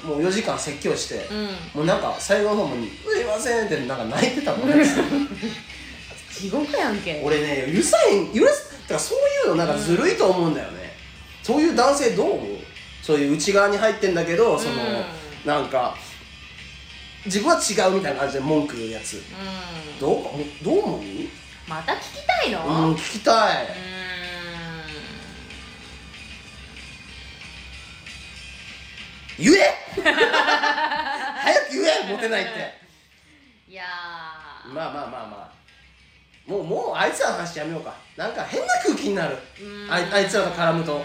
[SPEAKER 2] うん、もう4時間説教して、
[SPEAKER 1] ん、うん、
[SPEAKER 2] もうなんか最後の方もに「すいません」ってなんか泣いてたもん ね
[SPEAKER 1] 地獄やんけ
[SPEAKER 2] 俺ね許さへん許すだからそういうのなんかずるいと思うんだよね、そういう男性どう思うそういう内側に入ってんだけどその、
[SPEAKER 1] うん
[SPEAKER 2] なんか自分は違うみたいな感じで文句言うやつ
[SPEAKER 1] うん
[SPEAKER 2] どうどう思う、
[SPEAKER 1] また聞きたいの、
[SPEAKER 2] うん、
[SPEAKER 1] うーん
[SPEAKER 2] 聞きたい、言え 早く言えモテないって
[SPEAKER 1] いやー
[SPEAKER 2] まあまあまあまあもうもうあいつらの話やめようかなんか変な空気になる
[SPEAKER 1] うーん
[SPEAKER 2] あいあいつらと絡むと
[SPEAKER 1] うーん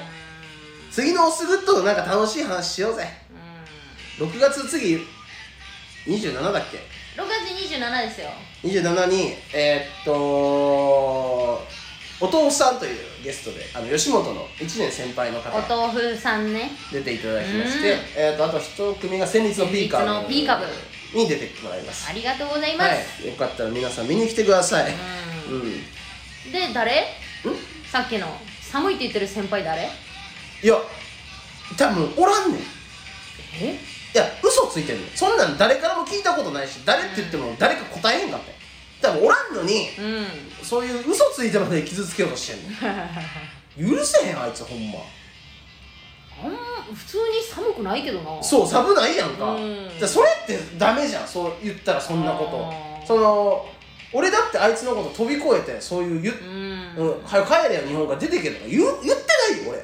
[SPEAKER 2] 次のオスグッドのなんか楽しい話しようぜ6月次27だっけ
[SPEAKER 1] 6月27ですよ
[SPEAKER 2] 27にえーっとお父さんというゲストであの吉本の1年先輩の方
[SPEAKER 1] お豆腐さんね
[SPEAKER 2] 出ていただきまし
[SPEAKER 1] う
[SPEAKER 2] て
[SPEAKER 1] ん、
[SPEAKER 2] えー、とあと一組が戦律の B 株
[SPEAKER 1] 戦慄の B 株
[SPEAKER 2] に出てもらいます
[SPEAKER 1] ありがとうございま
[SPEAKER 2] は
[SPEAKER 1] す、
[SPEAKER 2] い、よかったら皆さん見に来てください、う、
[SPEAKER 1] うんんで誰
[SPEAKER 2] ん
[SPEAKER 1] さっきの寒いって言ってる先輩誰
[SPEAKER 2] いや多分おらんねんい
[SPEAKER 1] え
[SPEAKER 2] や嘘ついてんのそんなん誰からも聞いたことないし誰って言っても誰か答えへんかって多分おらんのに
[SPEAKER 1] うん
[SPEAKER 2] そういう嘘ついてまで傷つけようとしてんの許せへんあいつほんま
[SPEAKER 1] あん普通に寒くないけどな
[SPEAKER 2] そう寒ないやんか
[SPEAKER 1] うん
[SPEAKER 2] じゃそれってダメじゃんそう言ったらそんなこ
[SPEAKER 1] あー
[SPEAKER 2] とその俺だってあいつのこと飛び越えてそういう言っ
[SPEAKER 1] う
[SPEAKER 2] うんん、早く帰れよ日本から出てけとか言う言ってないよ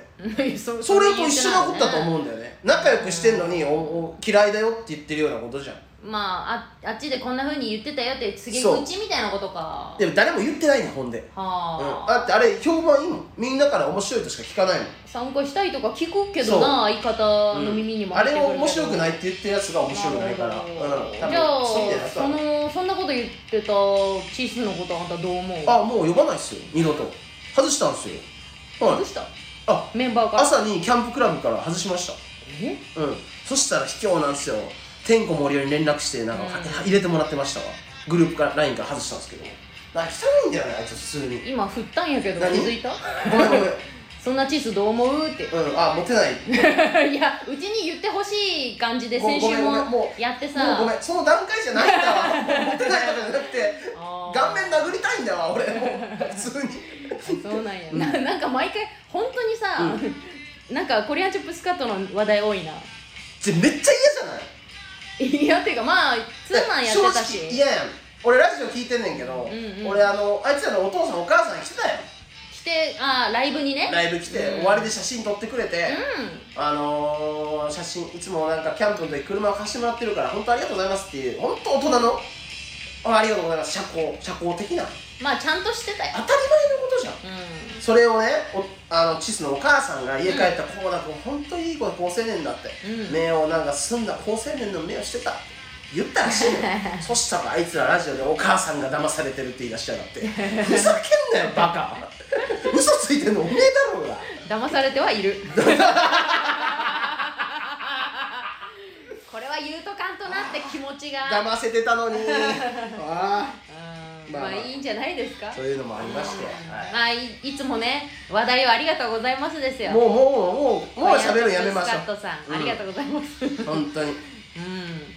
[SPEAKER 2] 俺
[SPEAKER 1] そ
[SPEAKER 2] それと一緒なことだと
[SPEAKER 1] う
[SPEAKER 2] 思うんだよね仲良くしてんのにおお嫌いだよって言ってるようなことじゃん
[SPEAKER 1] まあああっちでこんなふうに言ってたよって告げ
[SPEAKER 2] そう
[SPEAKER 1] 口みたいなことか
[SPEAKER 2] でも誰も言ってないねほんで、うん、
[SPEAKER 1] はあ、
[SPEAKER 2] だってあれ評判いいもんみんなから面白いとしか聞かないもん
[SPEAKER 1] 参加したいとか聞くけ
[SPEAKER 2] そう
[SPEAKER 1] どな相方の耳にも
[SPEAKER 2] あ
[SPEAKER 1] 入って
[SPEAKER 2] れ
[SPEAKER 1] くる
[SPEAKER 2] を
[SPEAKER 1] けど
[SPEAKER 2] 面白くないって言ってるやつが面白くないから、
[SPEAKER 1] な
[SPEAKER 2] うん、
[SPEAKER 1] る
[SPEAKER 2] 多
[SPEAKER 1] ほど
[SPEAKER 2] 分
[SPEAKER 1] じゃあ
[SPEAKER 2] そうみたいな人
[SPEAKER 1] そ
[SPEAKER 2] は
[SPEAKER 1] のそんなこと言ってたチースのことあんたどう思う
[SPEAKER 2] あもう呼ばないっすよ二度と外したんすよは
[SPEAKER 1] ど
[SPEAKER 2] いう
[SPEAKER 1] した
[SPEAKER 2] あ
[SPEAKER 1] メンバーから
[SPEAKER 2] 朝にキャンプクラブから外しました
[SPEAKER 1] え
[SPEAKER 2] うん、そしたら卑怯なんですよ天子森生に連絡してなんか、
[SPEAKER 1] うん
[SPEAKER 2] 入れてもらってましたわグループから LINE から外したんですけどなんか汚いんだよねあいつ普通に
[SPEAKER 1] 今振ったんやけど
[SPEAKER 2] 何
[SPEAKER 1] 気づいた
[SPEAKER 2] ごめんごめんうん
[SPEAKER 1] そんなチースどう思うって
[SPEAKER 2] あモテ ないも
[SPEAKER 1] いやうちに言ってほしい感じで
[SPEAKER 2] ご
[SPEAKER 1] 先週
[SPEAKER 2] ごめんごめんも
[SPEAKER 1] も
[SPEAKER 2] う
[SPEAKER 1] やって
[SPEAKER 2] うご
[SPEAKER 1] さ
[SPEAKER 2] めんその段階じゃないんだわモテないとかじゃなくて
[SPEAKER 1] あー
[SPEAKER 2] 顔面殴りたいんだわ俺もう普通に
[SPEAKER 1] そうなんやななんか毎回本当にさ、
[SPEAKER 2] う
[SPEAKER 1] なんかコリアンチップスカートの話題多いな
[SPEAKER 2] じゃめっちゃ嫌じゃない
[SPEAKER 1] いやていうかまあツーマンやってたし
[SPEAKER 2] 正直嫌やん俺ラジオ聞いてんねんけど、
[SPEAKER 1] んうん
[SPEAKER 2] 俺あのあいつらのお父さんお母さん来てたよ
[SPEAKER 1] 来てあーライブにね
[SPEAKER 2] ライブ来て、
[SPEAKER 1] うん
[SPEAKER 2] 終わりで写真撮ってくれて、あのー、写真いつもなんかキャンプの時車を貸してもらってるから本当ありがとうございますっていう本当大人のあありがとうございます社交社交的な
[SPEAKER 1] うんまあちゃんとしてたよ
[SPEAKER 2] 当たり前のことじゃん
[SPEAKER 1] う
[SPEAKER 2] それをねおあのチスのお母さんが家帰ったこうだ君本当いい子で高青年だって、
[SPEAKER 1] うん
[SPEAKER 2] 目をなんか澄んだ高青年の目をしてたって言ったらし いのそしたらあいつらラジオでお母さんが騙されてるって言い出しやがってふざけんなよバカ嘘ついてんのおめえだろうが
[SPEAKER 1] ん騙されてはいる これは言うとかんとなって気持ちが
[SPEAKER 2] 騙せてた のにああ
[SPEAKER 1] うん
[SPEAKER 2] まあ
[SPEAKER 1] ま
[SPEAKER 2] まあ
[SPEAKER 1] あいいんじゃないですか
[SPEAKER 2] そういうのもありまして、はい
[SPEAKER 1] まあいいつもね話題をありがとうございますですよ
[SPEAKER 2] もうもうもうもう喋るのやめまし
[SPEAKER 1] スカッ
[SPEAKER 2] ょ
[SPEAKER 1] トさ
[SPEAKER 2] うん
[SPEAKER 1] んありがとうございます
[SPEAKER 2] う本当に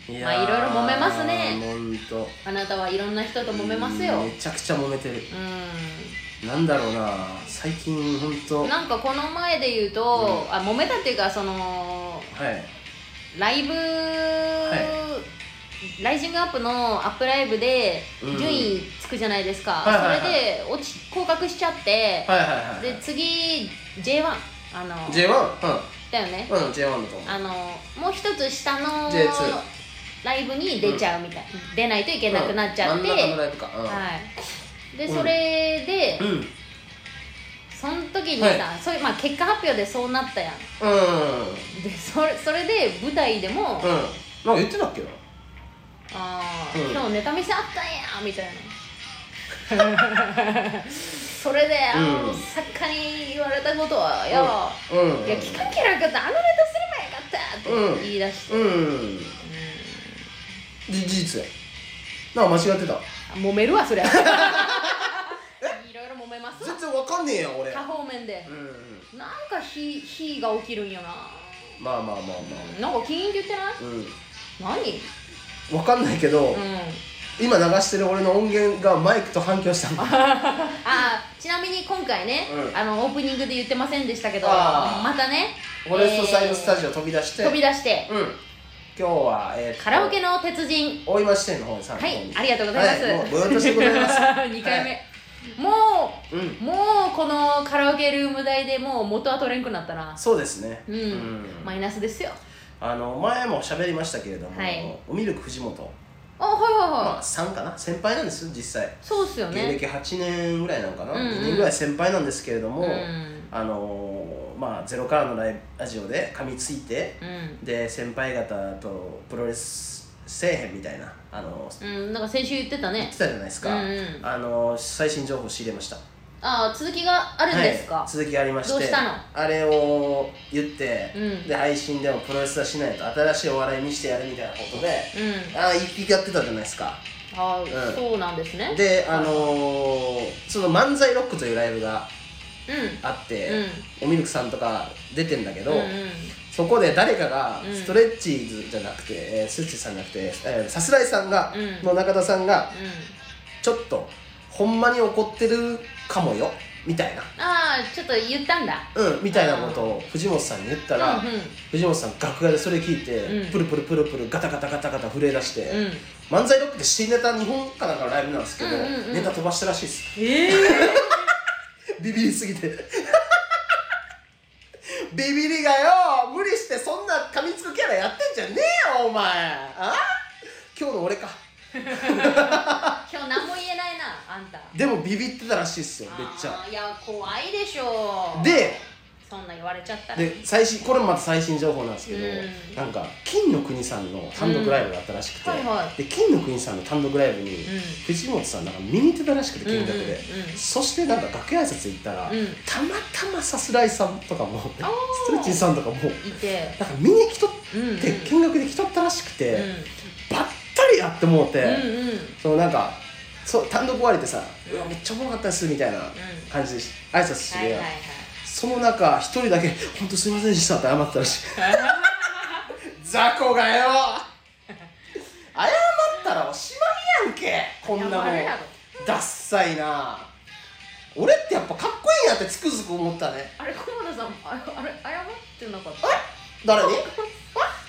[SPEAKER 1] うん、
[SPEAKER 2] やー
[SPEAKER 1] まあいろいろ揉めますね
[SPEAKER 2] 本当
[SPEAKER 1] あなたはいろんな人と揉めますよ
[SPEAKER 2] めちゃくちゃ揉めてる
[SPEAKER 1] う
[SPEAKER 2] なんだろうな最近本当
[SPEAKER 1] んなんかこの前で言うと、あ揉めたっていうかその
[SPEAKER 2] はい
[SPEAKER 1] ライブ、ライジングアップのアップライブで
[SPEAKER 2] うん
[SPEAKER 1] 順位つくじゃないですか、
[SPEAKER 2] はいはいはい
[SPEAKER 1] それで落ち降格しちゃって、
[SPEAKER 2] はいはいはい
[SPEAKER 1] で次 J1 あの
[SPEAKER 2] J1
[SPEAKER 1] だよね
[SPEAKER 2] うんうん J1 だと思う
[SPEAKER 1] あのもう一つ下の
[SPEAKER 2] J2
[SPEAKER 1] ライブに出ちゃうみたい、出ないといけなくなっちゃって、
[SPEAKER 2] うん真ん中のライブか
[SPEAKER 1] はいで
[SPEAKER 2] うん
[SPEAKER 1] それで、
[SPEAKER 2] うんうん
[SPEAKER 1] その時にさ、
[SPEAKER 2] は
[SPEAKER 1] そういうまあ、結果発表でそうなったやん
[SPEAKER 2] うん
[SPEAKER 1] でそれそれで舞台でも「
[SPEAKER 2] うんなんか言ってたっけな
[SPEAKER 1] ああ、
[SPEAKER 2] うん
[SPEAKER 1] 今日ネタ見せあったんや」みたいな それで、あ
[SPEAKER 2] う
[SPEAKER 1] の
[SPEAKER 2] ん
[SPEAKER 1] 作家に言われたことはよ、
[SPEAKER 2] うん
[SPEAKER 1] いや聞かんけなかったあのネタすればよかったって言い出して、
[SPEAKER 2] うんうんじ事実やなんか間違ってた
[SPEAKER 1] 揉めるわそ りゃいろいろ揉めますわ
[SPEAKER 2] 全然わかんねえや俺
[SPEAKER 1] 多方面で
[SPEAKER 2] う、んうん
[SPEAKER 1] なんか火火が起きるんよな
[SPEAKER 2] まあまあまあま
[SPEAKER 1] なんか金って言ってない
[SPEAKER 2] あう
[SPEAKER 1] 何
[SPEAKER 2] んわかんないけど、
[SPEAKER 1] うん
[SPEAKER 2] 今流してる俺の音源がマイクと反響したんだ
[SPEAKER 1] あーちなみに今回ね、
[SPEAKER 2] うん
[SPEAKER 1] あのオープニングで言ってませんでしたけど
[SPEAKER 2] あー
[SPEAKER 1] またね
[SPEAKER 2] フォレストサイドスタジオ飛び出して、
[SPEAKER 1] 飛び出して
[SPEAKER 2] うん、今日は、えーと
[SPEAKER 1] カラオケの鉄人
[SPEAKER 2] 大井町店の方にさん
[SPEAKER 1] はい
[SPEAKER 2] の方に
[SPEAKER 1] ありがとうございます、
[SPEAKER 2] はい、もうぼよっとしてござい ます
[SPEAKER 1] 2回目、
[SPEAKER 2] は
[SPEAKER 1] も
[SPEAKER 2] うん
[SPEAKER 1] うもうこのカラオケルーム代でもう元は取れんくなったな
[SPEAKER 2] そうですね
[SPEAKER 1] うん、マイナスですよ
[SPEAKER 2] あの前も喋りましたけれども、
[SPEAKER 1] はい
[SPEAKER 2] ミルク藤本、
[SPEAKER 1] あはいはいはい、
[SPEAKER 2] まあ、さんかな先輩なんです実際
[SPEAKER 1] そうっすよ
[SPEAKER 2] 芸
[SPEAKER 1] ね
[SPEAKER 2] 歴8年ぐらいなのかな、
[SPEAKER 1] うんうん
[SPEAKER 2] 2年ぐらい先輩なんですけれども、
[SPEAKER 1] うん
[SPEAKER 2] あのーまあ「ゼロからのライブラジオ」で噛みついて
[SPEAKER 1] うん
[SPEAKER 2] で先輩方とプロレスせえへんみたいなあのー
[SPEAKER 1] うん、なんか先週言ってた
[SPEAKER 2] 言
[SPEAKER 1] ね
[SPEAKER 2] ってたじゃないですか、
[SPEAKER 1] うんうん
[SPEAKER 2] あのー最新情報仕入れました
[SPEAKER 1] ああ続きがあるんですか、
[SPEAKER 2] はい、続きがありまして
[SPEAKER 1] どうしたの
[SPEAKER 2] あれを言って、
[SPEAKER 1] うん
[SPEAKER 2] で配信でもプロレスはしないと新しいお笑い見してやるみたいなことで、
[SPEAKER 1] うん
[SPEAKER 2] ああ一匹やってたじゃないですか
[SPEAKER 1] あー
[SPEAKER 2] うん
[SPEAKER 1] そうなんですね
[SPEAKER 2] であのーその漫才ロックというライブが
[SPEAKER 1] うん
[SPEAKER 2] あって、おみるくさんとか出てんだけど、
[SPEAKER 1] うんうん
[SPEAKER 2] そこで誰かが
[SPEAKER 1] うん
[SPEAKER 2] ストレッチーズじゃなくて、えースッチーさんじゃなくて、えーさすらいさんが、
[SPEAKER 1] うん
[SPEAKER 2] の中田さん
[SPEAKER 1] う
[SPEAKER 2] が
[SPEAKER 1] ん
[SPEAKER 2] ちょっとほんまに怒ってるかもよみたいな
[SPEAKER 1] ああちょっと言ったんだ
[SPEAKER 2] うんみたいなことを藤本さんに言ったら、
[SPEAKER 1] うんうん
[SPEAKER 2] 藤本さん楽屋でそれ聞いて、
[SPEAKER 1] うん
[SPEAKER 2] プルプルプルプルガタガタガタガタ震え出して、
[SPEAKER 1] うん
[SPEAKER 2] 漫才ロックで新ネタ日本かなんかのライブなんですけど、
[SPEAKER 1] うんうんうん
[SPEAKER 2] ネタ飛ばしたらしいです
[SPEAKER 1] ええ
[SPEAKER 2] ビビりすぎて ビビりがよ無理してそんな噛みつくキャラやってんじゃねえよお前あ今日の俺か
[SPEAKER 1] 今日何も言えないなあんた
[SPEAKER 2] でもビビってたらしいっすよめっちゃ
[SPEAKER 1] あーいや怖いでしょ
[SPEAKER 2] で
[SPEAKER 1] そんな言われちゃったら
[SPEAKER 2] で最新これもまた最新情報なんですけど、
[SPEAKER 1] うん
[SPEAKER 2] なんか金の国さんの単独ライブがあったらしくて、
[SPEAKER 1] うんはいは
[SPEAKER 2] で金の国さんの単独ライブに、
[SPEAKER 1] うん
[SPEAKER 2] 藤本さんなんか見に行ってたらしくて金額
[SPEAKER 1] う
[SPEAKER 2] で、
[SPEAKER 1] んうんうん
[SPEAKER 2] そしてなんか楽屋挨拶行ったら、
[SPEAKER 1] うん
[SPEAKER 2] たまたまさすらいさんとかもス
[SPEAKER 1] あー
[SPEAKER 2] トレッチーさんとかも
[SPEAKER 1] いて
[SPEAKER 2] なんか見に来とっ
[SPEAKER 1] うんうん
[SPEAKER 2] て見学で来とったらしくて、
[SPEAKER 1] うん
[SPEAKER 2] ばったりやってもうて、
[SPEAKER 1] うんうん
[SPEAKER 2] そのなんかそう単独終わりでさ「うわめっちゃおもろかったです」みたいな感じでし挨拶して
[SPEAKER 1] は
[SPEAKER 2] くれ
[SPEAKER 1] い
[SPEAKER 2] や
[SPEAKER 1] はいはい
[SPEAKER 2] その中一人だけ「本当すいませんでした」って謝ったらしい雑魚がよ謝ったらおしまいやんけ こんなもん
[SPEAKER 1] 謝るやろ
[SPEAKER 2] ダッサいな俺ってやっぱかっこいいなってつくづく思ったね
[SPEAKER 1] あれ駒田さんもああれ謝ってなかった
[SPEAKER 2] 誰に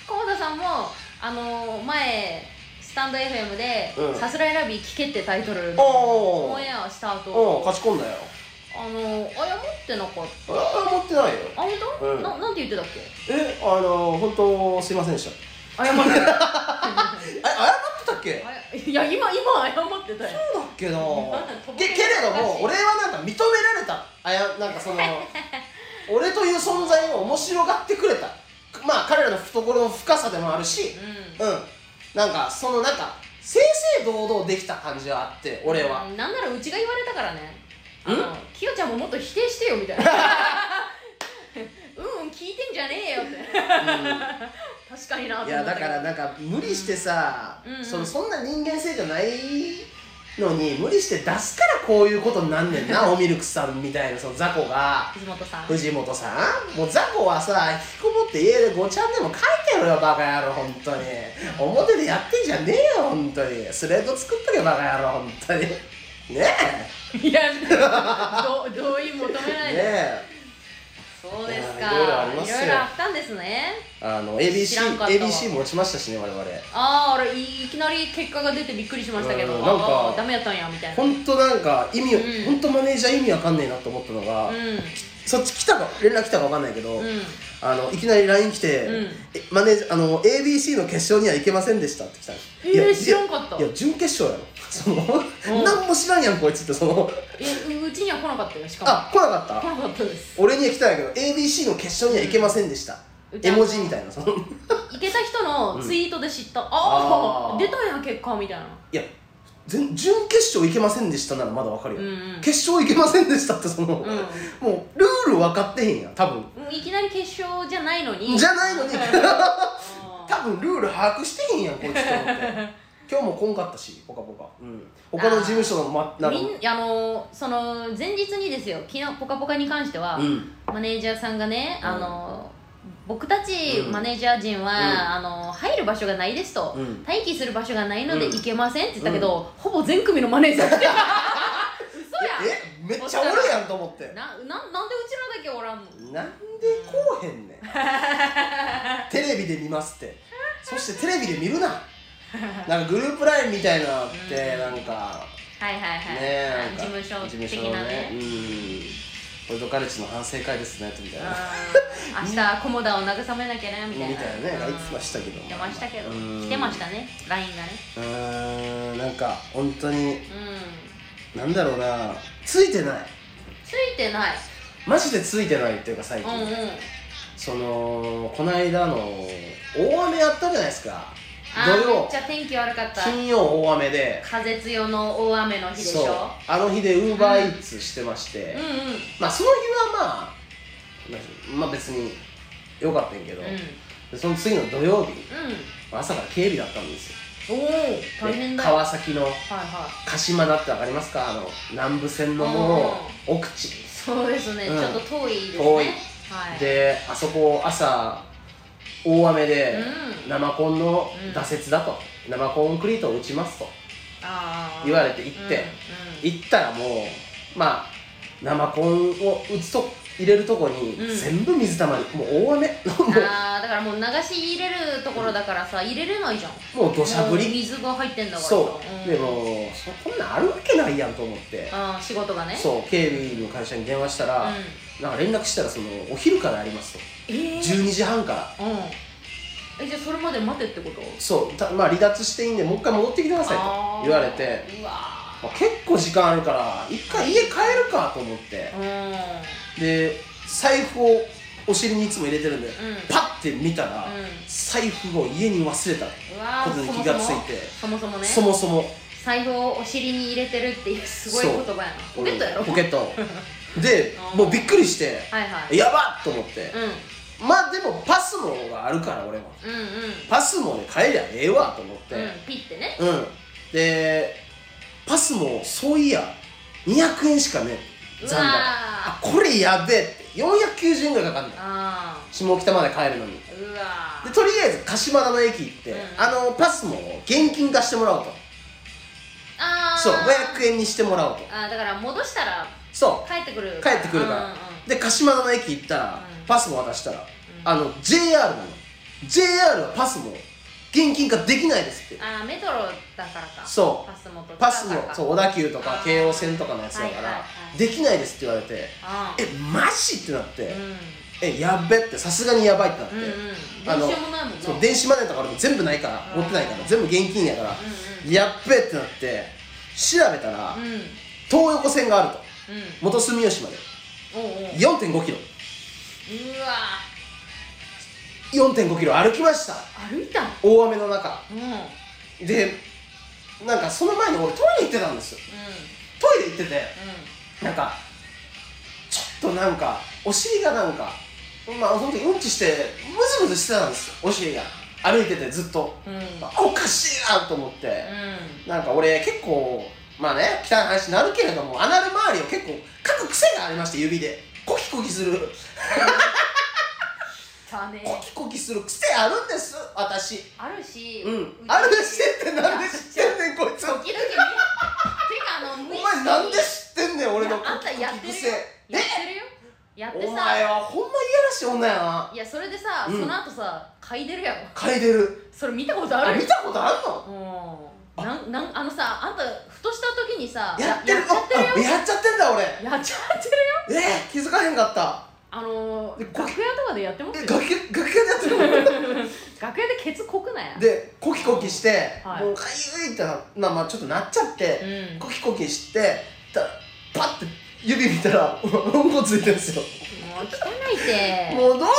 [SPEAKER 1] 駒田さんもあのー前スタンド FM で
[SPEAKER 2] うん
[SPEAKER 1] 「さすらいラビー聞け」ってタイトル
[SPEAKER 2] おー
[SPEAKER 1] オンエアした
[SPEAKER 2] うん
[SPEAKER 1] 後
[SPEAKER 2] 勝ち込んだよ
[SPEAKER 1] あのー謝ってなかっ
[SPEAKER 2] あ
[SPEAKER 1] た
[SPEAKER 2] あ持ってないよ
[SPEAKER 1] あ本当、
[SPEAKER 2] うん
[SPEAKER 1] ななんて言ってたっけ
[SPEAKER 2] えあの本当すいませんでした
[SPEAKER 1] 謝ってた
[SPEAKER 2] え謝ってたっけ
[SPEAKER 1] あ いや今今謝ってたよ
[SPEAKER 2] そうだっ けな
[SPEAKER 1] 飛ば
[SPEAKER 2] け
[SPEAKER 1] れ
[SPEAKER 2] け
[SPEAKER 1] る
[SPEAKER 2] れども
[SPEAKER 1] お
[SPEAKER 2] 俺
[SPEAKER 1] か
[SPEAKER 2] はなんか認められたあやな んかその俺という存在を面白がってくれたまあ彼らの懐の深さでもあるし
[SPEAKER 1] う
[SPEAKER 2] うんなんかそのなんか正々堂々できた感じはあって俺は
[SPEAKER 1] んなんならうちが言われたからねあ
[SPEAKER 2] ん
[SPEAKER 1] のきよちゃんももっと否定してよみたい なうんうん聞いてんじゃねえよって確かになと思った
[SPEAKER 2] いやだからなんか無理してさ、
[SPEAKER 1] うんうん
[SPEAKER 2] そのそんな人間性じゃないのに無理して出すからこういうことになんね んなおミルクさんみたいなその雑魚が
[SPEAKER 1] 藤本さん
[SPEAKER 2] 藤本さんもう雑魚はさ引きこもって家でごちゃんでも書いてろよバカ野郎本当に表でやってんじゃねえよ本当にスレッド作っとけバカ野郎本当に ねえね
[SPEAKER 1] いや、ど同意求めないで。
[SPEAKER 2] え
[SPEAKER 1] そうです
[SPEAKER 2] いやいろいろあ
[SPEAKER 1] か。
[SPEAKER 2] り
[SPEAKER 1] い
[SPEAKER 2] ま
[SPEAKER 1] ろ
[SPEAKER 2] すよ
[SPEAKER 1] いろあったんですね。
[SPEAKER 2] あの
[SPEAKER 1] 知ら
[SPEAKER 2] ABC,
[SPEAKER 1] んかったわ
[SPEAKER 2] ABC も落ちましたしね我々
[SPEAKER 1] ああ、あれいいきなり結果が出てびっくりしましたけど、
[SPEAKER 2] うんなんか
[SPEAKER 1] あーダメやったんやみたいな。
[SPEAKER 2] 本当なんか意味を、
[SPEAKER 1] うん
[SPEAKER 2] 本当マネージャー意味わかんねえなと思ったのが、
[SPEAKER 1] う
[SPEAKER 2] そっち来たか連絡来たかわかんないけど、
[SPEAKER 1] ん、うん。
[SPEAKER 2] あのいきなり LINE 来て、
[SPEAKER 1] うん
[SPEAKER 2] えマネージャーあの ABC の決勝には行けませんでしたって来たの
[SPEAKER 1] えー知らんかった
[SPEAKER 2] いや準決勝やろ その、
[SPEAKER 1] うん
[SPEAKER 2] 何も知らんやんこいつってその
[SPEAKER 1] え、ううちには来なかったよ。しか
[SPEAKER 2] あ来なかった
[SPEAKER 1] も。来なかったです。
[SPEAKER 2] 俺には来たんやけど ABC の決勝には行けませんでした、
[SPEAKER 1] うん
[SPEAKER 2] 絵文字みたいなその
[SPEAKER 1] いけた人のツイートで知った。
[SPEAKER 2] あ
[SPEAKER 1] あ
[SPEAKER 2] ー
[SPEAKER 1] あ、出たんや結果みたいな。
[SPEAKER 2] いや全準決勝行けませんでしたならまだわかるよ、
[SPEAKER 1] うんうん
[SPEAKER 2] 決勝行けませんでしたってその、
[SPEAKER 1] ん
[SPEAKER 2] もうルール分かってへんやん多分
[SPEAKER 1] うんいきなり決勝じゃないのに。
[SPEAKER 2] じゃないの に
[SPEAKER 1] あー
[SPEAKER 2] 多分ルール把握してへんやんこいつと思って今日もこんかったしぽかぽかうん他の事務所のまなんか
[SPEAKER 1] みんあのーその前日にですよ昨日「ぽかぽか」に関しては、
[SPEAKER 2] うん
[SPEAKER 1] マネージャーさんがね、
[SPEAKER 2] うん
[SPEAKER 1] あのー僕たち
[SPEAKER 2] うん
[SPEAKER 1] マネージャー陣は、
[SPEAKER 2] うん
[SPEAKER 1] あの入る場所がないですと、
[SPEAKER 2] うん
[SPEAKER 1] 待機する場所がないので
[SPEAKER 2] うん
[SPEAKER 1] 行けませんって言ったけど、ほぼ全組のマネー ジャー来てた嘘や
[SPEAKER 2] えめっちゃおるやんと思って
[SPEAKER 1] なななんでうちらだけおらんの
[SPEAKER 2] なんでこうへんねん テレビで見ますってそしてテレビで見るななんかグループラインみたいなのって
[SPEAKER 1] うん
[SPEAKER 2] なんか
[SPEAKER 1] はいはい
[SPEAKER 2] ね
[SPEAKER 1] はい、
[SPEAKER 2] えなんか
[SPEAKER 1] 事務所
[SPEAKER 2] 事
[SPEAKER 1] 的
[SPEAKER 2] 務所
[SPEAKER 1] な
[SPEAKER 2] のねう
[SPEAKER 1] ね
[SPEAKER 2] んポルトカレッジの反省会ですね みたいな
[SPEAKER 1] うん明日コモダを慰めなきゃねみ
[SPEAKER 2] み
[SPEAKER 1] た
[SPEAKER 2] た
[SPEAKER 1] い
[SPEAKER 2] い
[SPEAKER 1] な
[SPEAKER 2] なね
[SPEAKER 1] うん
[SPEAKER 2] あいつましたけど
[SPEAKER 1] 来てましたけど
[SPEAKER 2] うん
[SPEAKER 1] 来てましたね LINE がね
[SPEAKER 2] うーんなんか本当に
[SPEAKER 1] うん
[SPEAKER 2] なんだろうなついてない
[SPEAKER 1] ついてない
[SPEAKER 2] マジでついてないっていうか最
[SPEAKER 1] う
[SPEAKER 2] 近、
[SPEAKER 1] んうん
[SPEAKER 2] そのこの間の大雨やったじゃないですか
[SPEAKER 1] あ
[SPEAKER 2] 土
[SPEAKER 1] ーめ
[SPEAKER 2] 曜
[SPEAKER 1] っちゃ天気悪かった
[SPEAKER 2] 金曜大雨で
[SPEAKER 1] 風強の大雨の日でし
[SPEAKER 2] そう
[SPEAKER 1] ょ
[SPEAKER 2] あの日でウーバーイーツしてまして、
[SPEAKER 1] うんうん
[SPEAKER 2] まあその日はまあなんていうのまあ別に良かったんやけど、
[SPEAKER 1] うん
[SPEAKER 2] でその次の土曜日
[SPEAKER 1] う
[SPEAKER 2] 朝から警備だったんですよ
[SPEAKER 1] んおお大変
[SPEAKER 2] で
[SPEAKER 1] だよは
[SPEAKER 2] 川崎の
[SPEAKER 1] いはい
[SPEAKER 2] 鹿島だって分かりますかあの南部線のもう奥地
[SPEAKER 1] そうですね、
[SPEAKER 2] うん
[SPEAKER 1] ちょっと遠いですね
[SPEAKER 2] 遠い
[SPEAKER 1] はい
[SPEAKER 2] であそこ朝大雨で
[SPEAKER 1] うん
[SPEAKER 2] 生コンの
[SPEAKER 1] うん
[SPEAKER 2] 挫折だと、生コンクリートを打ちますと
[SPEAKER 1] あー
[SPEAKER 2] 言われて行って
[SPEAKER 1] うんうん
[SPEAKER 2] 行ったらもうまあ生コンを打つと入れるとこに
[SPEAKER 1] うん
[SPEAKER 2] 全部水たまり、もう大雨 も
[SPEAKER 1] あーだからもう流し入れるところだからさ入れれないじゃん
[SPEAKER 2] うもう土砂降
[SPEAKER 1] もう
[SPEAKER 2] り
[SPEAKER 1] 水が入ってんだからさ
[SPEAKER 2] そ
[SPEAKER 1] ん
[SPEAKER 2] う、でもそこんなんあるわけないやんと思って、
[SPEAKER 1] あー仕事がねう、
[SPEAKER 2] そう警備の会社に電話したら、
[SPEAKER 1] ん、
[SPEAKER 2] なんか連絡したらそのお昼からありますと
[SPEAKER 1] えー、
[SPEAKER 2] 12時半から
[SPEAKER 1] うんえじゃあそれまで待てってこと
[SPEAKER 2] そうたまあ離脱していいんでもう一回戻ってきてくださいと
[SPEAKER 1] あー
[SPEAKER 2] 言われて
[SPEAKER 1] うわ
[SPEAKER 2] まあ結構時間あるから一回家帰るかと思って
[SPEAKER 1] ーうん
[SPEAKER 2] で財布をお尻にいつも入れてるんで
[SPEAKER 1] うん
[SPEAKER 2] パッて見たら
[SPEAKER 1] うん
[SPEAKER 2] 財布を家に忘れた
[SPEAKER 1] うわ
[SPEAKER 2] こ
[SPEAKER 1] ー
[SPEAKER 2] とに
[SPEAKER 1] そも
[SPEAKER 2] 気
[SPEAKER 1] そ
[SPEAKER 2] が
[SPEAKER 1] も
[SPEAKER 2] ついて
[SPEAKER 1] そもそもね
[SPEAKER 2] そもそも
[SPEAKER 1] 財布をお尻に入れてるっていうすごい言葉やなポケットやろ
[SPEAKER 2] ポケット で
[SPEAKER 1] あー
[SPEAKER 2] もうびっくりして
[SPEAKER 1] はいはい
[SPEAKER 2] やばっと思って
[SPEAKER 1] うん
[SPEAKER 2] まあでもパスモがあるから俺は
[SPEAKER 1] うんうん
[SPEAKER 2] パスモで買えりゃええわと思って
[SPEAKER 1] うんピッてね
[SPEAKER 2] うんでパスモそういや200円しかね
[SPEAKER 1] う
[SPEAKER 2] え
[SPEAKER 1] わ
[SPEAKER 2] 残高あこれやべえって490円ぐらいかかんだ
[SPEAKER 1] あ
[SPEAKER 2] 下北まで帰るのに
[SPEAKER 1] ーうわ
[SPEAKER 2] でとりあえず鹿島田の駅行って、
[SPEAKER 1] うん
[SPEAKER 2] あのパスモを現金化してもらおうと
[SPEAKER 1] あー
[SPEAKER 2] そう500円にしてもらおうと
[SPEAKER 1] あーだから戻したら
[SPEAKER 2] そ
[SPEAKER 1] 帰ってくる
[SPEAKER 2] う帰ってくるから、
[SPEAKER 1] うんうんうん
[SPEAKER 2] で鹿島田の駅行ったら、
[SPEAKER 1] うん
[SPEAKER 2] パスモ渡したら、あの JR なの JR はパスモを現金化できないですって
[SPEAKER 1] あーメトロだからか
[SPEAKER 2] そう
[SPEAKER 1] パスモとか
[SPEAKER 2] パスモ
[SPEAKER 1] か
[SPEAKER 2] そう小田急とか
[SPEAKER 1] あー
[SPEAKER 2] 京王線とかのやつだから、
[SPEAKER 1] はいはいはい
[SPEAKER 2] できないですって言われて
[SPEAKER 1] あ
[SPEAKER 2] えマジってなって、
[SPEAKER 1] ー
[SPEAKER 2] えやっべってさすがにやばいってなって、
[SPEAKER 1] うんうんうん
[SPEAKER 2] あ
[SPEAKER 1] ど
[SPEAKER 2] の
[SPEAKER 1] うしようもないもんな
[SPEAKER 2] そう電子マネーとか俺も全部ないから
[SPEAKER 1] うん
[SPEAKER 2] 持ってないから全部現金やから、
[SPEAKER 1] う
[SPEAKER 2] やっべってなって調べたら、
[SPEAKER 1] うんうんうん
[SPEAKER 2] 東横線があると元住吉まで
[SPEAKER 1] おうおう
[SPEAKER 2] 4 5キロ
[SPEAKER 1] うわ
[SPEAKER 2] 4 5キロ歩きました
[SPEAKER 1] ー歩いた
[SPEAKER 2] 大雨の中
[SPEAKER 1] うんうん
[SPEAKER 2] でなんかその前に俺トイレ行ってたんですよトイレ行っててなんかちょっとなんかお尻がなんかまあ本当にうんちしてムズムズしてたんですよお尻が歩いててずっと、
[SPEAKER 1] うんうんうん
[SPEAKER 2] あおかしいなと思って、なんか俺結構まあね汚い話になるけれどもアナル周りを結構かく癖がありまして指でコキコキする
[SPEAKER 1] だね
[SPEAKER 2] コキコキする癖あるんです私
[SPEAKER 1] あるし
[SPEAKER 2] うん
[SPEAKER 1] ち
[SPEAKER 2] あるで知ってんねんなんで知ってんねんこいつお
[SPEAKER 1] 時々ねてかあの無意識
[SPEAKER 2] 前なんで知ってんねん俺のコ
[SPEAKER 1] いやあんた
[SPEAKER 2] キ
[SPEAKER 1] や
[SPEAKER 2] コ
[SPEAKER 1] ってる
[SPEAKER 2] キ癖
[SPEAKER 1] よやってるよやって
[SPEAKER 2] お前
[SPEAKER 1] さ
[SPEAKER 2] はほんまいやらしい女やない
[SPEAKER 1] やそれでさ
[SPEAKER 2] うん
[SPEAKER 1] その後さ嗅いでるやろ
[SPEAKER 2] 嗅いでる
[SPEAKER 1] それ見たことあ
[SPEAKER 2] あ
[SPEAKER 1] る
[SPEAKER 2] 見たことあるの
[SPEAKER 1] うんなんなんあのさあんたふとした時にさ
[SPEAKER 2] やってる
[SPEAKER 1] やっちゃってるよ
[SPEAKER 2] あやっちゃってんだ俺
[SPEAKER 1] やっちゃってるよ
[SPEAKER 2] えー気づかへんかった
[SPEAKER 1] あのー、
[SPEAKER 2] でこ
[SPEAKER 1] 楽屋とかでやってます
[SPEAKER 2] え
[SPEAKER 1] よ
[SPEAKER 2] 楽器楽器屋でやってる
[SPEAKER 1] 楽屋でケツ濃くない
[SPEAKER 2] でコキコキして、
[SPEAKER 1] はい
[SPEAKER 2] もうかゆいってな、まあ、まあちょっとなっちゃって、
[SPEAKER 1] うん
[SPEAKER 2] コキコキしてたパッて指見たらうんこついてるんですよ
[SPEAKER 1] もう汚い って
[SPEAKER 2] もうどうすんだよ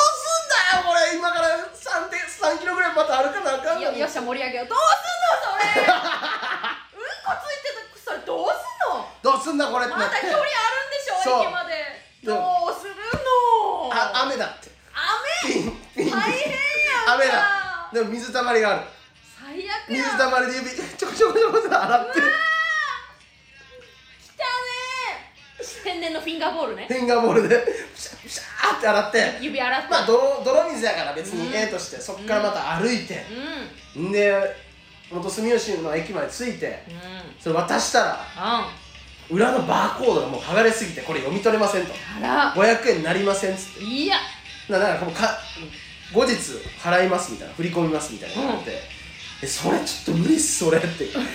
[SPEAKER 2] これ今から3.3キロぐらいまた歩かなあかんの
[SPEAKER 1] よ
[SPEAKER 2] に
[SPEAKER 1] よっしゃ盛り上げようどうす んのそれうんこついてたそれどうす
[SPEAKER 2] どうすんだこれっ
[SPEAKER 1] ん
[SPEAKER 2] て
[SPEAKER 1] の
[SPEAKER 2] な
[SPEAKER 1] ま
[SPEAKER 2] っ
[SPEAKER 1] だ距
[SPEAKER 2] て
[SPEAKER 1] 離あるんでし
[SPEAKER 2] そ
[SPEAKER 1] ょ
[SPEAKER 2] う
[SPEAKER 1] 駅まで
[SPEAKER 2] で
[SPEAKER 1] ど
[SPEAKER 2] も
[SPEAKER 1] うするの
[SPEAKER 2] あ雨だって
[SPEAKER 1] 雨
[SPEAKER 2] ピンピン
[SPEAKER 1] 大変やん
[SPEAKER 2] 雨だでも水たまりがある
[SPEAKER 1] 最悪
[SPEAKER 2] 水
[SPEAKER 1] や
[SPEAKER 2] たまりで指ちょこちょこちょこって洗って
[SPEAKER 1] 汚ねえ天然のフィンガーボールね
[SPEAKER 2] フィンガーボールでプシャップシャーって洗って
[SPEAKER 1] 指洗って、
[SPEAKER 2] まあ泥泥水やから別
[SPEAKER 1] う
[SPEAKER 2] に
[SPEAKER 1] ん
[SPEAKER 2] ええとして、そっからまた歩いて
[SPEAKER 1] う、ん
[SPEAKER 2] ん、で元住吉の駅まで着いて
[SPEAKER 1] うん
[SPEAKER 2] それ渡したら
[SPEAKER 1] あん
[SPEAKER 2] 裏のバーコードがもう剥がれすぎてこれ読み取れませんと
[SPEAKER 1] あ
[SPEAKER 2] 500円になりませんっつっ
[SPEAKER 1] らいや
[SPEAKER 2] てななんかもうか後日払いますみたいな振り込みますみたいな言われて、えそれちょっと無理っす俺って帰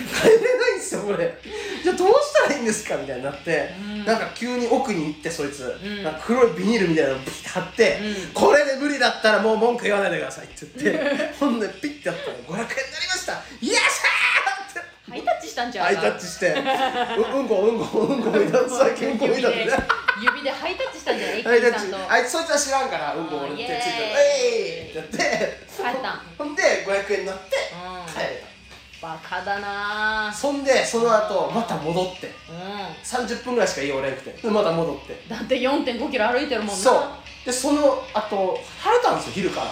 [SPEAKER 2] れないんですよこれじゃあどうしたらいいんですかみたいになって、
[SPEAKER 1] うん
[SPEAKER 2] なんか急に奥に行ってそいつ、
[SPEAKER 1] ん
[SPEAKER 2] なんか黒いビニールみたいなのをピッて貼って、
[SPEAKER 1] うん
[SPEAKER 2] これで無理だったらもう文句言わないでくださいって言ってほんでピッてやったら500円になりましたよっしゃーって
[SPEAKER 1] ハイタッチしたんちゃう
[SPEAKER 2] ハイタッチしてううんこうんこう んこみたいなさっきうんこ
[SPEAKER 1] 指
[SPEAKER 2] みたい
[SPEAKER 1] で
[SPEAKER 2] なね
[SPEAKER 1] 指でハイタッチしたんじゃない
[SPEAKER 2] あい
[SPEAKER 1] 駅
[SPEAKER 2] つ
[SPEAKER 1] 員さんと
[SPEAKER 2] あいつそいつは知らんからうんこ俺の手ついて「えい!」ってやって
[SPEAKER 1] 帰ったん
[SPEAKER 2] ほんで500円になって
[SPEAKER 1] うん
[SPEAKER 2] 帰れ
[SPEAKER 1] バカだな
[SPEAKER 2] たそんでその後また戻って
[SPEAKER 1] うん
[SPEAKER 2] 30分ぐらいしか言いおれなくてでまた戻って
[SPEAKER 1] だって4 5キロ歩いてるもんな
[SPEAKER 2] そうでその後晴れたんですよ昼か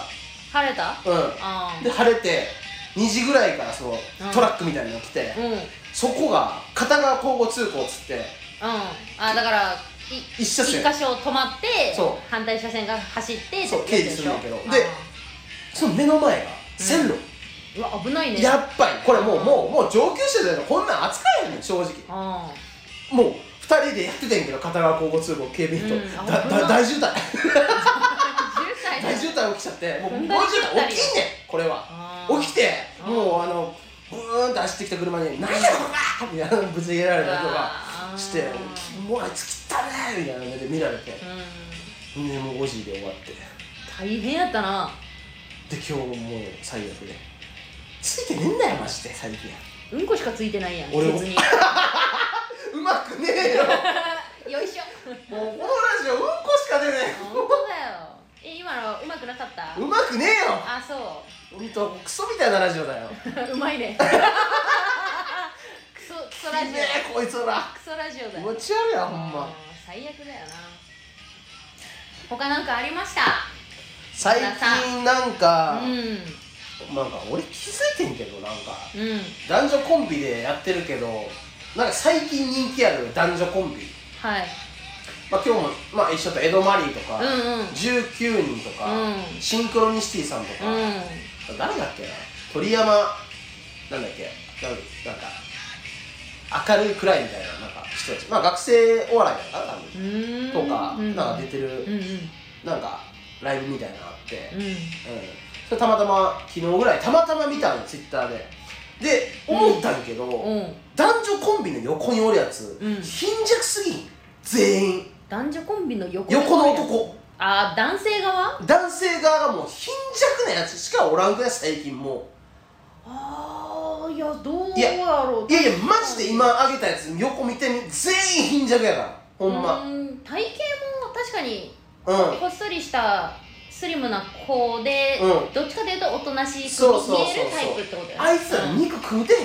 [SPEAKER 1] 晴れた
[SPEAKER 2] らうん
[SPEAKER 1] あ
[SPEAKER 2] で晴れて2時ぐらいからその
[SPEAKER 1] うん
[SPEAKER 2] トラックみたいなのが来て
[SPEAKER 1] うんうん
[SPEAKER 2] そこが片側交互通行っつって
[SPEAKER 1] あだからい
[SPEAKER 2] 一車線
[SPEAKER 1] 一箇所止まって
[SPEAKER 2] そ
[SPEAKER 1] 反対車線が走って
[SPEAKER 2] そう
[SPEAKER 1] ってやつでしょ
[SPEAKER 2] 経由するんだけどでその目の前が線路
[SPEAKER 1] あーうわ危ないね
[SPEAKER 2] やっぱりこれもうもうもう上級者じゃないのこんなん扱えへんねん正直
[SPEAKER 1] あ
[SPEAKER 2] もう2人でやっててんけど片側交互通行警備員と、
[SPEAKER 1] うんあ
[SPEAKER 2] だ
[SPEAKER 1] 危な
[SPEAKER 2] だ
[SPEAKER 1] い
[SPEAKER 2] 大渋滞
[SPEAKER 1] 渋 滞だ
[SPEAKER 2] 大渋滞起きちゃってもう
[SPEAKER 1] こ
[SPEAKER 2] 大
[SPEAKER 1] ん
[SPEAKER 2] 渋
[SPEAKER 1] なに
[SPEAKER 2] 滞起きんねんこれは
[SPEAKER 1] あー
[SPEAKER 2] 起きて
[SPEAKER 1] うん
[SPEAKER 2] もうあのブーンって走ってきた車に「何やこれ!」みたいな ぶち切れられたりとか
[SPEAKER 1] あー
[SPEAKER 2] して「もうあいつ汚ね!」みたいな目で見られて
[SPEAKER 1] うん
[SPEAKER 2] でもう5時で終わって
[SPEAKER 1] 大変やったな
[SPEAKER 2] で今日もう最悪でついてねえんだよマジで最近
[SPEAKER 1] うんこしかついてないやんケツ
[SPEAKER 2] 俺も
[SPEAKER 1] に
[SPEAKER 2] うまくねえよ
[SPEAKER 1] よいしょ
[SPEAKER 2] もうこのラジオうんこしか出ね
[SPEAKER 1] 本当だよえ今のうまくなかった
[SPEAKER 2] えうまくねえよ
[SPEAKER 1] あそ
[SPEAKER 2] ほんとクソみたいなラジオだよ
[SPEAKER 1] ううまいねクソクソラジ
[SPEAKER 2] ねえこいつら
[SPEAKER 1] オクソラジオだ
[SPEAKER 2] 気
[SPEAKER 1] よ
[SPEAKER 2] 持ち悪いわほん
[SPEAKER 1] あ
[SPEAKER 2] ま
[SPEAKER 1] ー最悪だよな他なんかありました
[SPEAKER 2] 最近なんか、
[SPEAKER 1] うん
[SPEAKER 2] なんか俺気づいてんけどなんか
[SPEAKER 1] うん
[SPEAKER 2] 男女コンビでやってるけどなんか最近人気ある男女コンビ、
[SPEAKER 1] はい
[SPEAKER 2] まあ、今日も、まあ、一緒とエド・マリーとか、
[SPEAKER 1] うんうん
[SPEAKER 2] 19人とか、
[SPEAKER 1] うん
[SPEAKER 2] シンクロニシティさんとか、
[SPEAKER 1] うん
[SPEAKER 2] 誰だっけな鳥山なんだっけなんなんか明るい暗いみたいななんか人たちまあ学生お笑いだから
[SPEAKER 1] う
[SPEAKER 2] 多
[SPEAKER 1] ーん
[SPEAKER 2] 分とか、
[SPEAKER 1] うん
[SPEAKER 2] なんか出てる、
[SPEAKER 1] うんうん
[SPEAKER 2] なんかライブみたいなのあって、
[SPEAKER 1] うん
[SPEAKER 2] うんそれたまたま昨日ぐらいたまたま見たのツイッターでで思ったんけど、
[SPEAKER 1] うん
[SPEAKER 2] 男女コンビの横におるやつ、
[SPEAKER 1] うん
[SPEAKER 2] 貧弱すぎん全員
[SPEAKER 1] 男女コンビの横
[SPEAKER 2] 横の男
[SPEAKER 1] あー男性側
[SPEAKER 2] 男性側がもう貧弱なやつしかおらんくらい最近も
[SPEAKER 1] ああいやどう
[SPEAKER 2] いや
[SPEAKER 1] やろう
[SPEAKER 2] ういやいやマジで今あげたやつ横見てみ全員貧弱やからほんま
[SPEAKER 1] うーん体型も確かに
[SPEAKER 2] うん、
[SPEAKER 1] こっそりしたスリムな子で、
[SPEAKER 2] う
[SPEAKER 1] どっちかというとおとなしく見える
[SPEAKER 2] そうそうそうそう
[SPEAKER 1] タイプってことだよね
[SPEAKER 2] あいつら肉食うてへん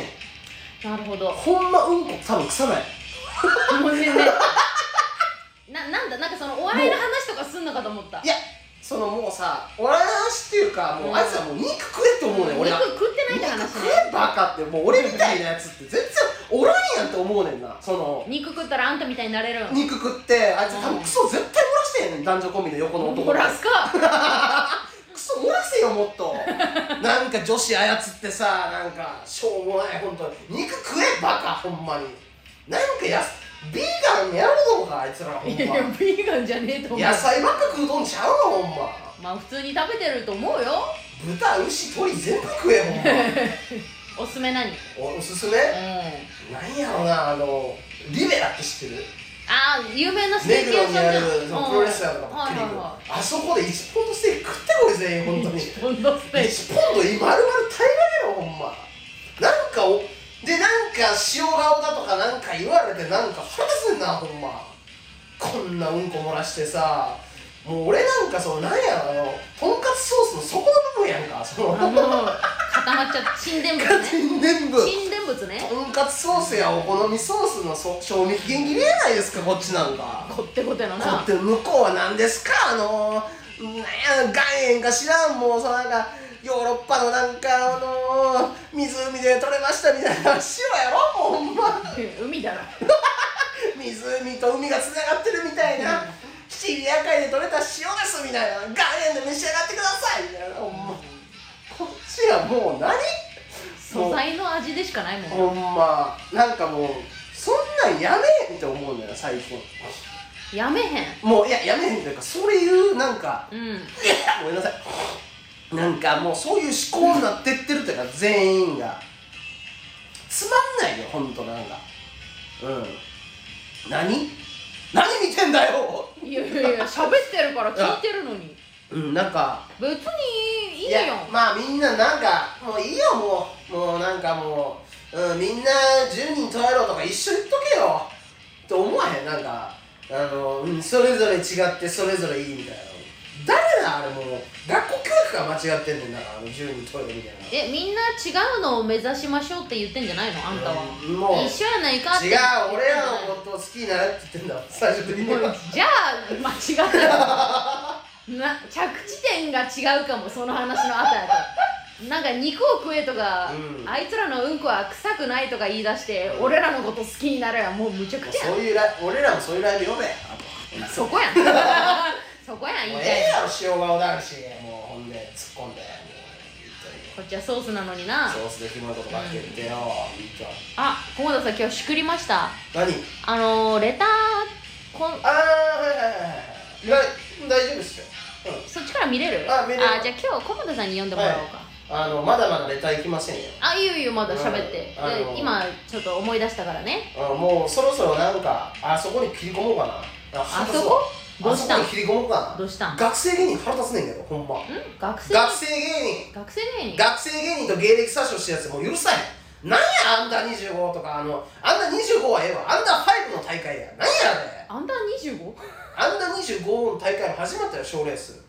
[SPEAKER 1] うんなるほど
[SPEAKER 2] ほんまうんこ多分腐ない
[SPEAKER 1] もう全然 ななんだなんかそのお笑いの話とかすんのかと思った
[SPEAKER 2] いやそのもうさお笑いの話っていうかもうあいつらもう肉食えって思うねん俺は
[SPEAKER 1] 肉食ってないって
[SPEAKER 2] 肉
[SPEAKER 1] 話
[SPEAKER 2] 食
[SPEAKER 1] ね
[SPEAKER 2] えバカってもう俺みたいなやつって全然おらんやんって思うねんなその
[SPEAKER 1] 肉食ったらあんたみたいになれるん
[SPEAKER 2] 肉食ってあいつ
[SPEAKER 1] うん
[SPEAKER 2] 多分クソ絶対漏らしてんねん男女コンビの横の
[SPEAKER 1] ほ
[SPEAKER 2] 男
[SPEAKER 1] らすか
[SPEAKER 2] クソ漏らせよもっ となんか女子操ってさなんかしょうもない本当に肉食えバカほんまになんかやすビーガンやるのかあいつらほん
[SPEAKER 1] いやいや
[SPEAKER 2] ま
[SPEAKER 1] ビーガンじゃねえと思う
[SPEAKER 2] 野菜ばっか食うとんちゃうのほんま
[SPEAKER 1] まあ普通に食べてると思うよ
[SPEAKER 2] 豚牛鳥全部食えほ
[SPEAKER 1] おすすめ何うん
[SPEAKER 2] んまおおすすめなんやろなあのリベラって知ってる
[SPEAKER 1] ああ有名なステ
[SPEAKER 2] 目
[SPEAKER 1] ーキ
[SPEAKER 2] 黒
[SPEAKER 1] 屋さ
[SPEAKER 2] に
[SPEAKER 1] ん
[SPEAKER 2] あ
[SPEAKER 1] じゃん
[SPEAKER 2] るそのプロレスラーとか
[SPEAKER 1] はい
[SPEAKER 2] も
[SPEAKER 1] はい
[SPEAKER 2] 来る
[SPEAKER 1] は
[SPEAKER 2] あそこで1ポンドステーキ食ってこい全員本当 に
[SPEAKER 1] いポンドステーキ
[SPEAKER 2] 1ポンド今丸々平らげろほんまなんかおでなんか塩顔だとかなんか言われてなんか腹立つねんなほんまこんなうんこ漏らしてさもう俺なんかそのなんやろあのとんかつソースの底の部分やんかそ
[SPEAKER 1] あ
[SPEAKER 2] の
[SPEAKER 1] もう固まっちゃった沈殿物ね
[SPEAKER 2] 全然部
[SPEAKER 1] 沈殿物ね
[SPEAKER 2] とんかつソースやお好みソースのそ賞味期限切れやないですかこっちなんか
[SPEAKER 1] こってこての
[SPEAKER 2] だっ
[SPEAKER 1] な
[SPEAKER 2] て向こうは何ですかあのなんや岩塩か知らんもうそのなんかヨーロッパのなんかあの湖で取れましたみたいな塩やろもうほんま
[SPEAKER 1] 海だろ
[SPEAKER 2] 湖と海がつながってるみたいな七里夜海で取れた塩ですみたいな岩塩で召し上がってくださいみたいなお前こっちはもう何
[SPEAKER 1] 素材の味でしかないもん
[SPEAKER 2] ほんまなんかもうそんなんやめへんって思うんだよ最近
[SPEAKER 1] やめへん
[SPEAKER 2] もういややめへんというかそういうなんか
[SPEAKER 1] うん
[SPEAKER 2] ごめんなさいなんかもうそういう思考になってってるというか全員がつまんないよほんとなんかうん何何見てんだよ
[SPEAKER 1] いやいやいや喋ってるから聞いてるのに
[SPEAKER 2] うんなんか
[SPEAKER 1] 別にいい
[SPEAKER 2] い
[SPEAKER 1] よ
[SPEAKER 2] やまあみんななんかもういいよもうもうなんかもう、うん、みんな10人捉えろとか一緒言っとけよって思わへんなんかあの、うん、それぞれ違ってそれぞれいいみたいな誰だあれもう学校教育が間違ってんねんだからあの10人捉えろみたいな
[SPEAKER 1] えみんな違うのを目指しましょうって言ってんじゃないのあんたは、
[SPEAKER 2] うんもう
[SPEAKER 1] 一緒やないかって
[SPEAKER 2] 違う俺らのことを好きになれって言ってんだ最終的には
[SPEAKER 1] じゃあ間違ってるな着地点が違うかもその話の後やとなんか肉を食えとか、
[SPEAKER 2] うん
[SPEAKER 1] あいつらのうんこは臭くないとか言い出して、
[SPEAKER 2] うん
[SPEAKER 1] 俺らのこと好きになれはもうむちゃくちゃ
[SPEAKER 2] そう
[SPEAKER 1] や
[SPEAKER 2] いうライブ俺らもそういうライブ呼べあと
[SPEAKER 1] そこ やんそこやん言
[SPEAKER 2] も
[SPEAKER 1] いうた
[SPEAKER 2] ええ
[SPEAKER 1] い
[SPEAKER 2] やろ塩顔男子もうほんで突っ込んでもう本当に
[SPEAKER 1] こっちはソースなのにな
[SPEAKER 2] ソースでひもいことばっか言ってよ、
[SPEAKER 1] あ駒田さん今日しくりました
[SPEAKER 2] 何
[SPEAKER 1] あのー、レターこん
[SPEAKER 2] ああはいはいはいはい大丈夫っすよ、うん、
[SPEAKER 1] そっちから見れる
[SPEAKER 2] あ見れる
[SPEAKER 1] じゃあ今日駒田さんに読んでもらおうか、
[SPEAKER 2] あのまだまだレター行きませんよ
[SPEAKER 1] あいいよいいよまだ喋って、
[SPEAKER 2] うんあのー
[SPEAKER 1] で今ちょっと思い出したからね
[SPEAKER 2] あもうそろそろなんかあそこに切り込もうかなあ
[SPEAKER 1] あ
[SPEAKER 2] 腹
[SPEAKER 1] そ
[SPEAKER 2] 立つ
[SPEAKER 1] こ
[SPEAKER 2] わ
[SPEAKER 1] どう
[SPEAKER 2] あ
[SPEAKER 1] し
[SPEAKER 2] そ
[SPEAKER 1] た
[SPEAKER 2] こ
[SPEAKER 1] ん
[SPEAKER 2] に切り込もうか
[SPEAKER 1] どうしたん
[SPEAKER 2] な学生芸人腹立つねんけどほんま
[SPEAKER 1] ん学生
[SPEAKER 2] 学生芸人
[SPEAKER 1] 学生芸人
[SPEAKER 2] 学生芸人と芸歴詐称してるやつもう許さへんなんやアンダー25とかあのアンダー25はええわアンダー5の大会やなんやあれ
[SPEAKER 1] アンダー 25?
[SPEAKER 2] アンダー25の大会も始まったよ賞レース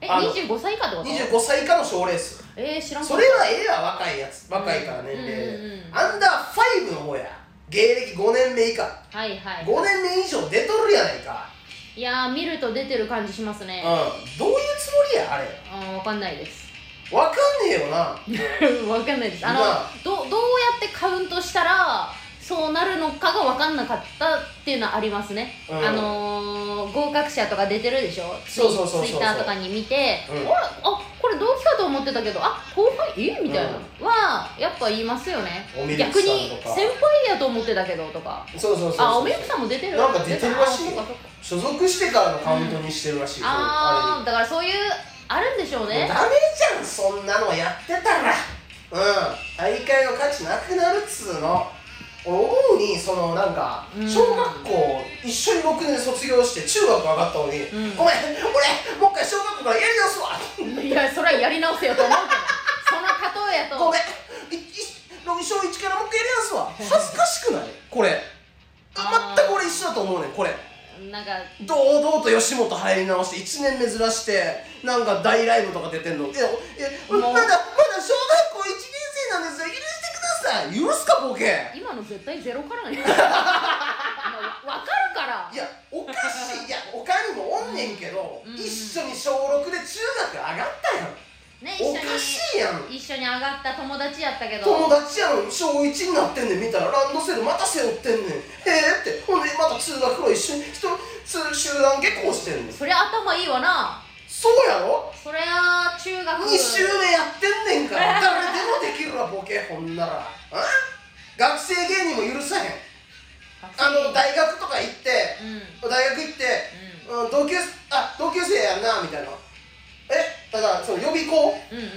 [SPEAKER 1] え
[SPEAKER 2] あの
[SPEAKER 1] 25歳以下ってこと
[SPEAKER 2] 25歳以下の賞レース
[SPEAKER 1] えー、知らんか
[SPEAKER 2] そ
[SPEAKER 1] っ
[SPEAKER 2] れはええわ若いやつ若いから年齢で、
[SPEAKER 1] うんうんうん
[SPEAKER 2] アンダー5の方や芸歴5年目以下
[SPEAKER 1] たはいは
[SPEAKER 2] 5
[SPEAKER 1] い
[SPEAKER 2] 年目以上出とるやないか、
[SPEAKER 1] いやー見ると出てる感じします
[SPEAKER 2] うん
[SPEAKER 1] ね、
[SPEAKER 2] どういうつもりやあれ
[SPEAKER 1] うん、わかんないです
[SPEAKER 2] わかんねえよな
[SPEAKER 1] わかんないですあの、
[SPEAKER 2] まあ
[SPEAKER 1] どどうやってカウントしたらそうなるのかがわかんなかったっていうのはありますね、
[SPEAKER 2] うん
[SPEAKER 1] あのー、合格者とか出てるでしょ
[SPEAKER 2] そうそうそうそう
[SPEAKER 1] ツイッターとかに見て、
[SPEAKER 2] うん
[SPEAKER 1] あらあこれ同期かと思ってたけどあ後輩えみたいな、
[SPEAKER 2] う
[SPEAKER 1] はやっぱ言いますよね
[SPEAKER 2] おみゆき
[SPEAKER 1] 逆
[SPEAKER 2] さんとか
[SPEAKER 1] に先輩やと思ってたけどとか
[SPEAKER 2] そうそうそうそう
[SPEAKER 1] あおみゆきさんも出てる
[SPEAKER 2] なんか出てるらしい
[SPEAKER 1] あそうかそうか
[SPEAKER 2] 所属してからのカウントにしてるらしい、
[SPEAKER 1] あー
[SPEAKER 2] あ
[SPEAKER 1] だからそういうあるんでしょう
[SPEAKER 2] れも
[SPEAKER 1] ね
[SPEAKER 2] うダメじゃんそんなのやってたらうん大会の価値なくなるっつうの俺思うにそのなんか
[SPEAKER 1] うん
[SPEAKER 2] 小学校一緒に6年卒業して中学上がったのに、
[SPEAKER 1] うん
[SPEAKER 2] ごめん俺もう一回小学校からやり直すわ
[SPEAKER 1] いやそれはやり直せよと思うけどその例えやと
[SPEAKER 2] ごめんいい小1からもう一回やり直すわ恥ずかしくないこれ
[SPEAKER 1] あー
[SPEAKER 2] 全く俺一緒だと思うねんこれ
[SPEAKER 1] なんか
[SPEAKER 2] 堂々と吉本入り直して1年目ずらしてなんか大ライブとか出てんのいやいや
[SPEAKER 1] もう
[SPEAKER 2] まだまだ小学校1年生なんですよ許してください許すかボケい
[SPEAKER 1] 今の絶対ゼロからの まあわかるから
[SPEAKER 2] やおかしいいや他にもおんねんけど、
[SPEAKER 1] うんうん
[SPEAKER 2] 一緒に小6で中学上がったやん
[SPEAKER 1] ね一緒
[SPEAKER 2] お
[SPEAKER 1] に
[SPEAKER 2] かしいやん
[SPEAKER 1] 一緒に上がった友達やったけど
[SPEAKER 2] 友達やのに小1になってんねん見たらランドセルまた背負ってんねんへえってほんでまた通学路一緒に人通集団下校してんねん
[SPEAKER 1] そりゃ頭いいわな
[SPEAKER 2] そうやろ
[SPEAKER 1] そりゃ中学
[SPEAKER 2] 2週目やってんねん から誰でもできるわボケほんならあ学生芸人も許さへんあの大学とか行って
[SPEAKER 1] うんうん
[SPEAKER 2] 大学行って、うん、同級あ同級生やんなみたいなえだからその予備校
[SPEAKER 1] うんうん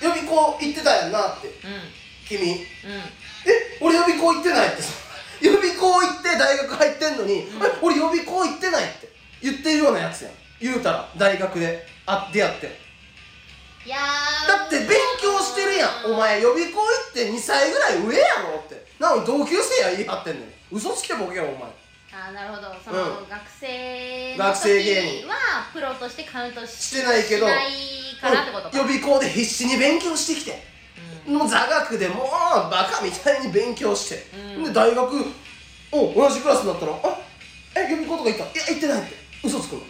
[SPEAKER 2] 予備校行ってたやんなって
[SPEAKER 1] う
[SPEAKER 2] 君え
[SPEAKER 1] んうん
[SPEAKER 2] 俺予備校行ってないってさ 予備校行って大学入ってんのに、
[SPEAKER 1] うん
[SPEAKER 2] え俺予備校行ってないって言ってるようなやつやん言うたら大学であ出会って
[SPEAKER 1] いや
[SPEAKER 2] だって勉強してるやんお前予備校行って2歳ぐらい上やろってなのに同級生や言い張ってんねん嘘つけボケよお前
[SPEAKER 1] あーなるほどその、
[SPEAKER 2] う
[SPEAKER 1] 学生の
[SPEAKER 2] 学生芸人
[SPEAKER 1] 時はプロとしてカウントし
[SPEAKER 2] してないけど
[SPEAKER 1] しないからってことか、
[SPEAKER 2] 予備校で必死に勉強してきて
[SPEAKER 1] う
[SPEAKER 2] もう座学でもうバカみたいに勉強して、
[SPEAKER 1] うん
[SPEAKER 2] で大学お同じクラスになったら「あえ予備校とか行った?」「いや行ってない」って嘘つくの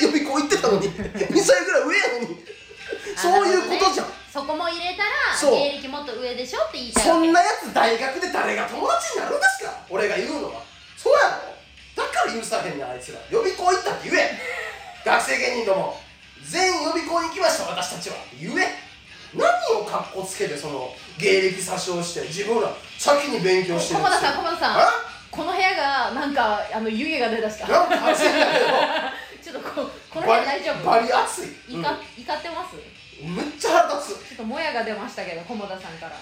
[SPEAKER 2] 予備校行って たのに2歳ぐらい上やのに
[SPEAKER 1] ん
[SPEAKER 2] そういうことじゃん、
[SPEAKER 1] あなるほどねそこも入れた
[SPEAKER 2] そう
[SPEAKER 1] ら芸歴もっと上でしょって言いたい
[SPEAKER 2] そん
[SPEAKER 1] わ
[SPEAKER 2] なやつ大学で誰が友達になるんですか俺が言うのはそうやろだから許さへんねんあいつら予備校行ったって言え学生芸人ども全員予備校に行きました私たちはって言え何をかっこつけてその芸歴詐称して自分ら先に勉強してる
[SPEAKER 1] 駒田さん駒田さん
[SPEAKER 2] あ
[SPEAKER 1] この部屋がなんかあの湯気が出だしたちょ
[SPEAKER 2] なんか暑いんだ
[SPEAKER 1] っとこう こ
[SPEAKER 2] けど
[SPEAKER 1] の部
[SPEAKER 2] バ
[SPEAKER 1] 屋大
[SPEAKER 2] リ
[SPEAKER 1] 丈夫
[SPEAKER 2] バリ暑い、
[SPEAKER 1] いか怒ってます
[SPEAKER 2] うんむっちゃ腹立つ
[SPEAKER 1] ちょっともやが出ましたけど駒田さんから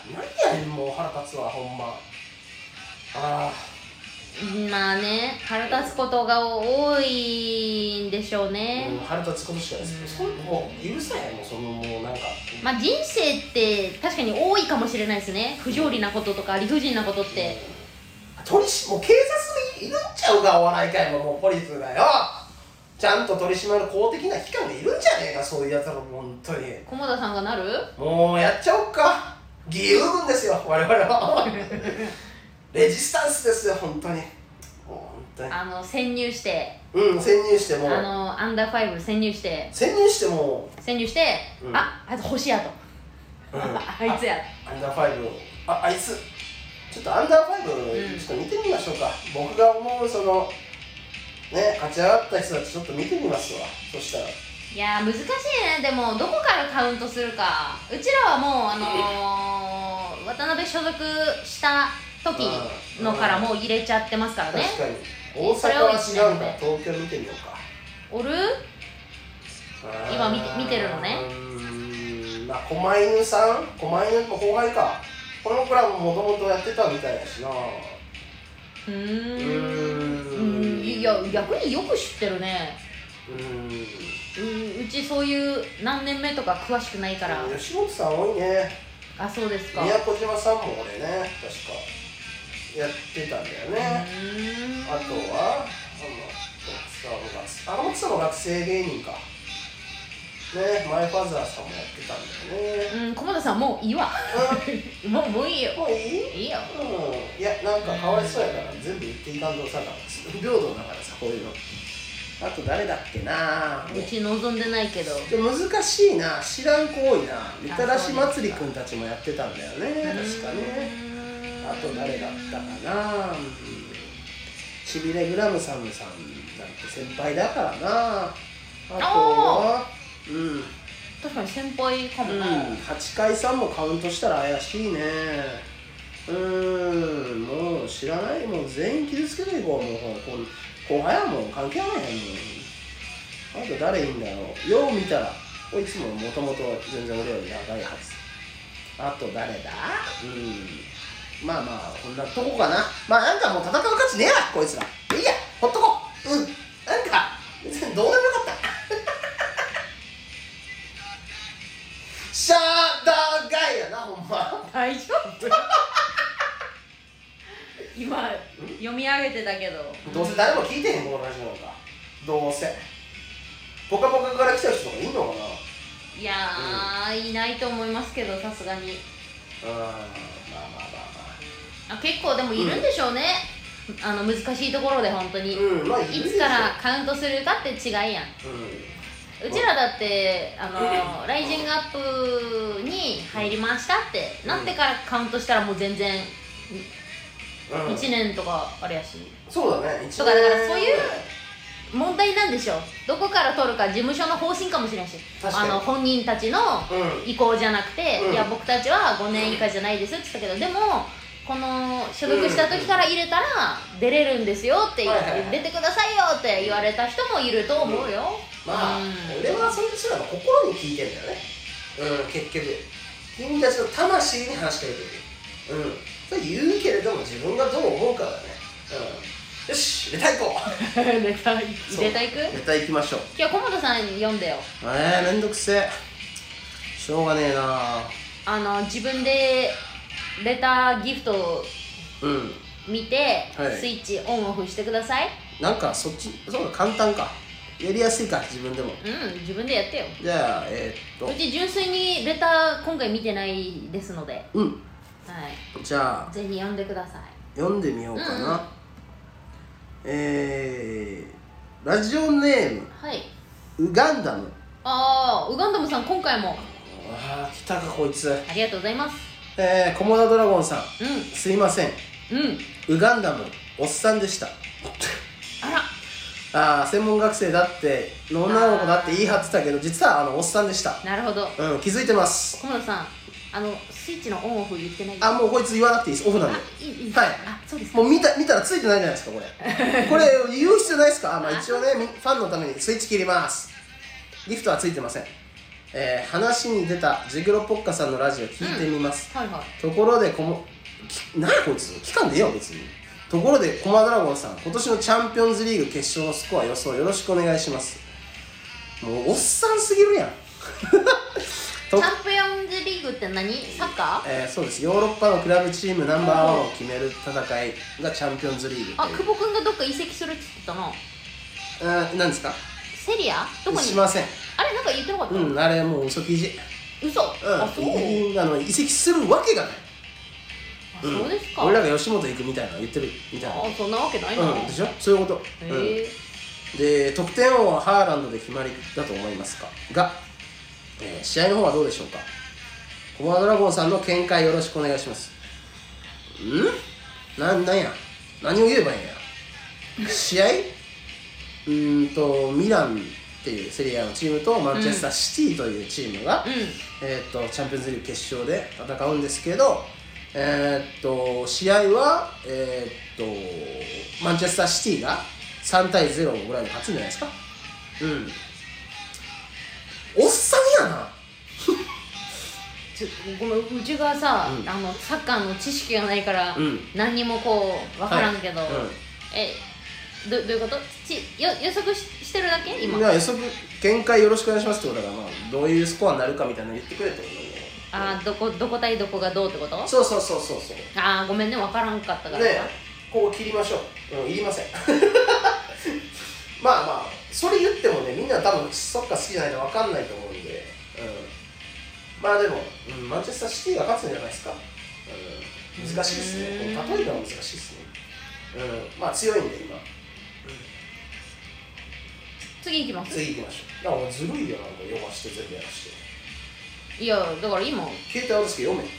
[SPEAKER 2] 何やねんもう腹立つわほんまああ
[SPEAKER 1] まあね腹立つことが多いんでしょうね、
[SPEAKER 2] うん、腹立つことしかないです、
[SPEAKER 1] うん
[SPEAKER 2] そういうのもう許さへんもうそのもうなんか、
[SPEAKER 1] まあ人生って確かに多いかもしれないですね不条理なこととか理不尽なことって
[SPEAKER 2] 取りしもう警察もいるんちゃうがお笑い界ももうポリスがよちゃんと取り締まる公的な機関がいるんじゃねえかそういうやつらも本当に
[SPEAKER 1] 駒田さんがなる
[SPEAKER 2] もうやっちゃおっか義勇軍ですよ我 々はレジスタンスですよ本当にもう本
[SPEAKER 1] あの潜入して
[SPEAKER 2] 当にうん潜入して
[SPEAKER 1] あ
[SPEAKER 2] もう
[SPEAKER 1] のアンダーファイブ潜入して
[SPEAKER 2] 潜入しても
[SPEAKER 1] 潜入して、
[SPEAKER 2] うん
[SPEAKER 1] ああいつ星やと、
[SPEAKER 2] う、うん、ア ン
[SPEAKER 1] ああいつや
[SPEAKER 2] ダーファイブああいつちょっとアンダーファイ
[SPEAKER 1] うん
[SPEAKER 2] ブちょっと見てみましょうか、僕が思うそのね勝ち上がった人たちちょっと見てみますわそしたら
[SPEAKER 1] いやー難しいねでもどこからカウントするかうちらはもうあのー、渡辺所属した時のからもう入れちゃってますからね
[SPEAKER 2] 確かに
[SPEAKER 1] うん
[SPEAKER 2] 大阪は違うんだ東京見てみようか
[SPEAKER 1] おる
[SPEAKER 2] あー
[SPEAKER 1] 今見て見てるのね
[SPEAKER 2] うーんまあ狛犬さん狛犬の後輩かこの子らももともとやってたみたいだしなう
[SPEAKER 1] うーんう
[SPEAKER 2] ー
[SPEAKER 1] んいや逆によく知ってるね
[SPEAKER 2] うーん
[SPEAKER 1] うんうちそういう何年目とか詳しくないから
[SPEAKER 2] 吉本さん多いね
[SPEAKER 1] あそうですかう
[SPEAKER 2] 宮古島さんも俺ね確かやってたんだよね、
[SPEAKER 1] ーん
[SPEAKER 2] あとは、あの、奥さんも学生芸人か。ね、マイファザーさんもやってたんだよね。
[SPEAKER 1] うん駒田さんもういいわ もうもういいよ
[SPEAKER 2] うん、もういい
[SPEAKER 1] いいよ
[SPEAKER 2] うん、いや、なんかかわいそうやから、全部言っていかんとさ、不平等だからさ、こういうの。あと誰だっけな
[SPEAKER 1] うち望んでないけど
[SPEAKER 2] でも難しいな、知らん子多いな。みたらしまつりくんたちもやってたんだよね、確かね。あと誰だったかなうんしびれグラムサムさんなんて先輩だからなあとはうん、
[SPEAKER 1] 確かに先輩かも
[SPEAKER 2] うん
[SPEAKER 1] な、、
[SPEAKER 2] 8回さんもカウントしたら怪しいねうーんもう知らないもう全員傷つけていこうもうこ後輩はもう関係ないもんあと誰いいんだろうよう見たらこいつももともと全然俺より長いはずあと誰だうんまあまあこんなとこかなまあなんかもう戦う価値ねえわこいつらいいやほっとこううんなんか別にどうでもよかったシャーダーガイやなほんま
[SPEAKER 1] 大丈夫 今読み上げてたけど
[SPEAKER 2] どうせ誰も聞いてへんこのラジオなんかどうせぽかぽかから来た人とかいんのかない
[SPEAKER 1] やー、いないと思いますけどさすがに
[SPEAKER 2] うんまあまあま
[SPEAKER 1] あ結構でもいるんでしょうね、あの難しいところで本当に、
[SPEAKER 2] あまあうんまあい
[SPEAKER 1] い
[SPEAKER 2] るでしょ
[SPEAKER 1] つからカウントするかって違いやん
[SPEAKER 2] う
[SPEAKER 1] うちらだって「あのライジングアップ」に入りましたってなってからカウントしたらもう全然
[SPEAKER 2] ん、う
[SPEAKER 1] 1
[SPEAKER 2] ん、
[SPEAKER 1] 年とかあれやし
[SPEAKER 2] そうだね一
[SPEAKER 1] とかだからそういう問題なんでしょうどこから取るか事務所の方針かもしれんし
[SPEAKER 2] 確か
[SPEAKER 1] あ
[SPEAKER 2] に
[SPEAKER 1] の本人たちの
[SPEAKER 2] うん
[SPEAKER 1] 意向じゃなくて、
[SPEAKER 2] うん
[SPEAKER 1] いや僕たちは5年以下じゃないですって言ったけどでもこの所属した時から入れたら出れるんですよって言
[SPEAKER 2] はいはいはい
[SPEAKER 1] 出てくださいよって言われた人もいると思うよ、
[SPEAKER 2] まあ、
[SPEAKER 1] うん
[SPEAKER 2] 俺はそれすらも心に聞いてんだよねうん結局君たちの魂に話しかけてるうんそれ言うけれども自分がどう思うかだねうんよしレタ行こう
[SPEAKER 1] ネタい
[SPEAKER 2] そう
[SPEAKER 1] ネタいく
[SPEAKER 2] レタ行きましょう
[SPEAKER 1] 今日駒田さん読んでよ
[SPEAKER 2] えー、めんどくせえしょうがねえな
[SPEAKER 1] あの自分でレターギフトを
[SPEAKER 2] うん
[SPEAKER 1] 見て、
[SPEAKER 2] はい
[SPEAKER 1] スイッチオンオフしてください
[SPEAKER 2] なんかそっちそうか簡単かやりやすいか自分でも
[SPEAKER 1] うん自分でやってよ
[SPEAKER 2] じゃあえー、
[SPEAKER 1] う
[SPEAKER 2] っ
[SPEAKER 1] ち純粋にレター今回見てないですので、は
[SPEAKER 2] とうん
[SPEAKER 1] い、
[SPEAKER 2] じゃあ
[SPEAKER 1] ぜひ読んでください
[SPEAKER 2] 読んでみようかな、
[SPEAKER 1] うんうん
[SPEAKER 2] えー、ラジオネーム
[SPEAKER 1] はい
[SPEAKER 2] ウガンダム
[SPEAKER 1] ああウガンダムさん今回も
[SPEAKER 2] ああ来たかこいつ
[SPEAKER 1] ありがとうございます
[SPEAKER 2] えー、コモダドラゴンさん
[SPEAKER 1] う
[SPEAKER 2] すいません
[SPEAKER 1] んうん
[SPEAKER 2] ウガンダムおっさんでした
[SPEAKER 1] あら
[SPEAKER 2] ああ専門学生だって女の子だって言い張ってたけど実はあのおっさんでした
[SPEAKER 1] なるほど
[SPEAKER 2] うん気づいてます
[SPEAKER 1] 小室さんあのスイッチのオンオフ言ってない
[SPEAKER 2] あもうこいつ言わなくていいですオフなんで
[SPEAKER 1] いいいい
[SPEAKER 2] はい
[SPEAKER 1] あそうですか
[SPEAKER 2] もう見た見たらついてないじゃないですかこれこれ言う必要ないですかあ、まあ、一応ねみファンのためにスイッチ切りますギフトはついてませんえー話に出たジグロポッカさんのラジオ聞いてみます、
[SPEAKER 1] はいはい
[SPEAKER 2] ところでこもきなんやこいつ期間でええよ別にところでコマドラゴンさん今年のチャンピオンズリーグ決勝スコア予想よろしくお願いしますもうおっさんすぎるやん
[SPEAKER 1] チャ
[SPEAKER 2] と
[SPEAKER 1] ンピオンズリーグって何サッカー
[SPEAKER 2] えーそうですヨーロッパのクラブチームナンバーワンを決める戦いがチャンピオンズリーグ
[SPEAKER 1] あ
[SPEAKER 2] という
[SPEAKER 1] 久保君がどっか移籍するって言ってたな
[SPEAKER 2] うん何ですか
[SPEAKER 1] セリアどこに
[SPEAKER 2] しません
[SPEAKER 1] あれなんか言ってなかった、
[SPEAKER 2] うんあれもう嘘記事
[SPEAKER 1] 嘘、
[SPEAKER 2] うん
[SPEAKER 1] あそう、
[SPEAKER 2] いいあの移籍するわけがない
[SPEAKER 1] あそうですか、
[SPEAKER 2] 俺らが吉本行くみたいなの言ってるみたいな
[SPEAKER 1] あそんなわけないな、
[SPEAKER 2] うんでしょそういうこと、
[SPEAKER 1] へ
[SPEAKER 2] うん
[SPEAKER 1] え
[SPEAKER 2] で得点王はハーランドで決まりだと思いますかが、えー試合の方はどうでしょうかコモアドラゴンさんの見解よろしくお願いしますんなんなんや何を言えばいいんや試合 うーんとミランっていうセリアのチームとマンチェスターシティというチームが、
[SPEAKER 1] う
[SPEAKER 2] えー、とチャンピオンズリーグ決勝で戦うんですけど、えー、と試合は、えー、とマンチェスターシティが3対0ぐらいで勝つんじゃないですかうんおっさんやなん
[SPEAKER 1] ちょごめんうちがさ、
[SPEAKER 2] うん
[SPEAKER 1] あのサッカーの知識がないから、
[SPEAKER 2] うん
[SPEAKER 1] 何にもこう分からんけど、
[SPEAKER 2] はいうん
[SPEAKER 1] えどどういうことちよ予測ししてるだけ今
[SPEAKER 2] いや予測見解よろしくお願いしますってことだから、まあ、どういうスコアになるかみたいなの言ってくれってことだよね
[SPEAKER 1] あーどこどこ対どこがどうってこと
[SPEAKER 2] そうそうそうそうそう
[SPEAKER 1] あーごめんね分からんかったから
[SPEAKER 2] ねここ切りましょう、うん、いりません まあまあそれ言ってもねみんな多分サッカー好きじゃないと分かんないと思うんで、うん、まあでも、うん、マンチェスターシティが勝つんじゃないですか、うん、難しいですね
[SPEAKER 1] うん
[SPEAKER 2] この例えるのは難しいですね、うん、まあ強いんで今
[SPEAKER 1] 次行きます
[SPEAKER 2] 次行きましょうなんかもうずるいよなんか読まして全部やらして
[SPEAKER 1] いやだから今あ
[SPEAKER 2] 携帯あるんですけど読め
[SPEAKER 1] う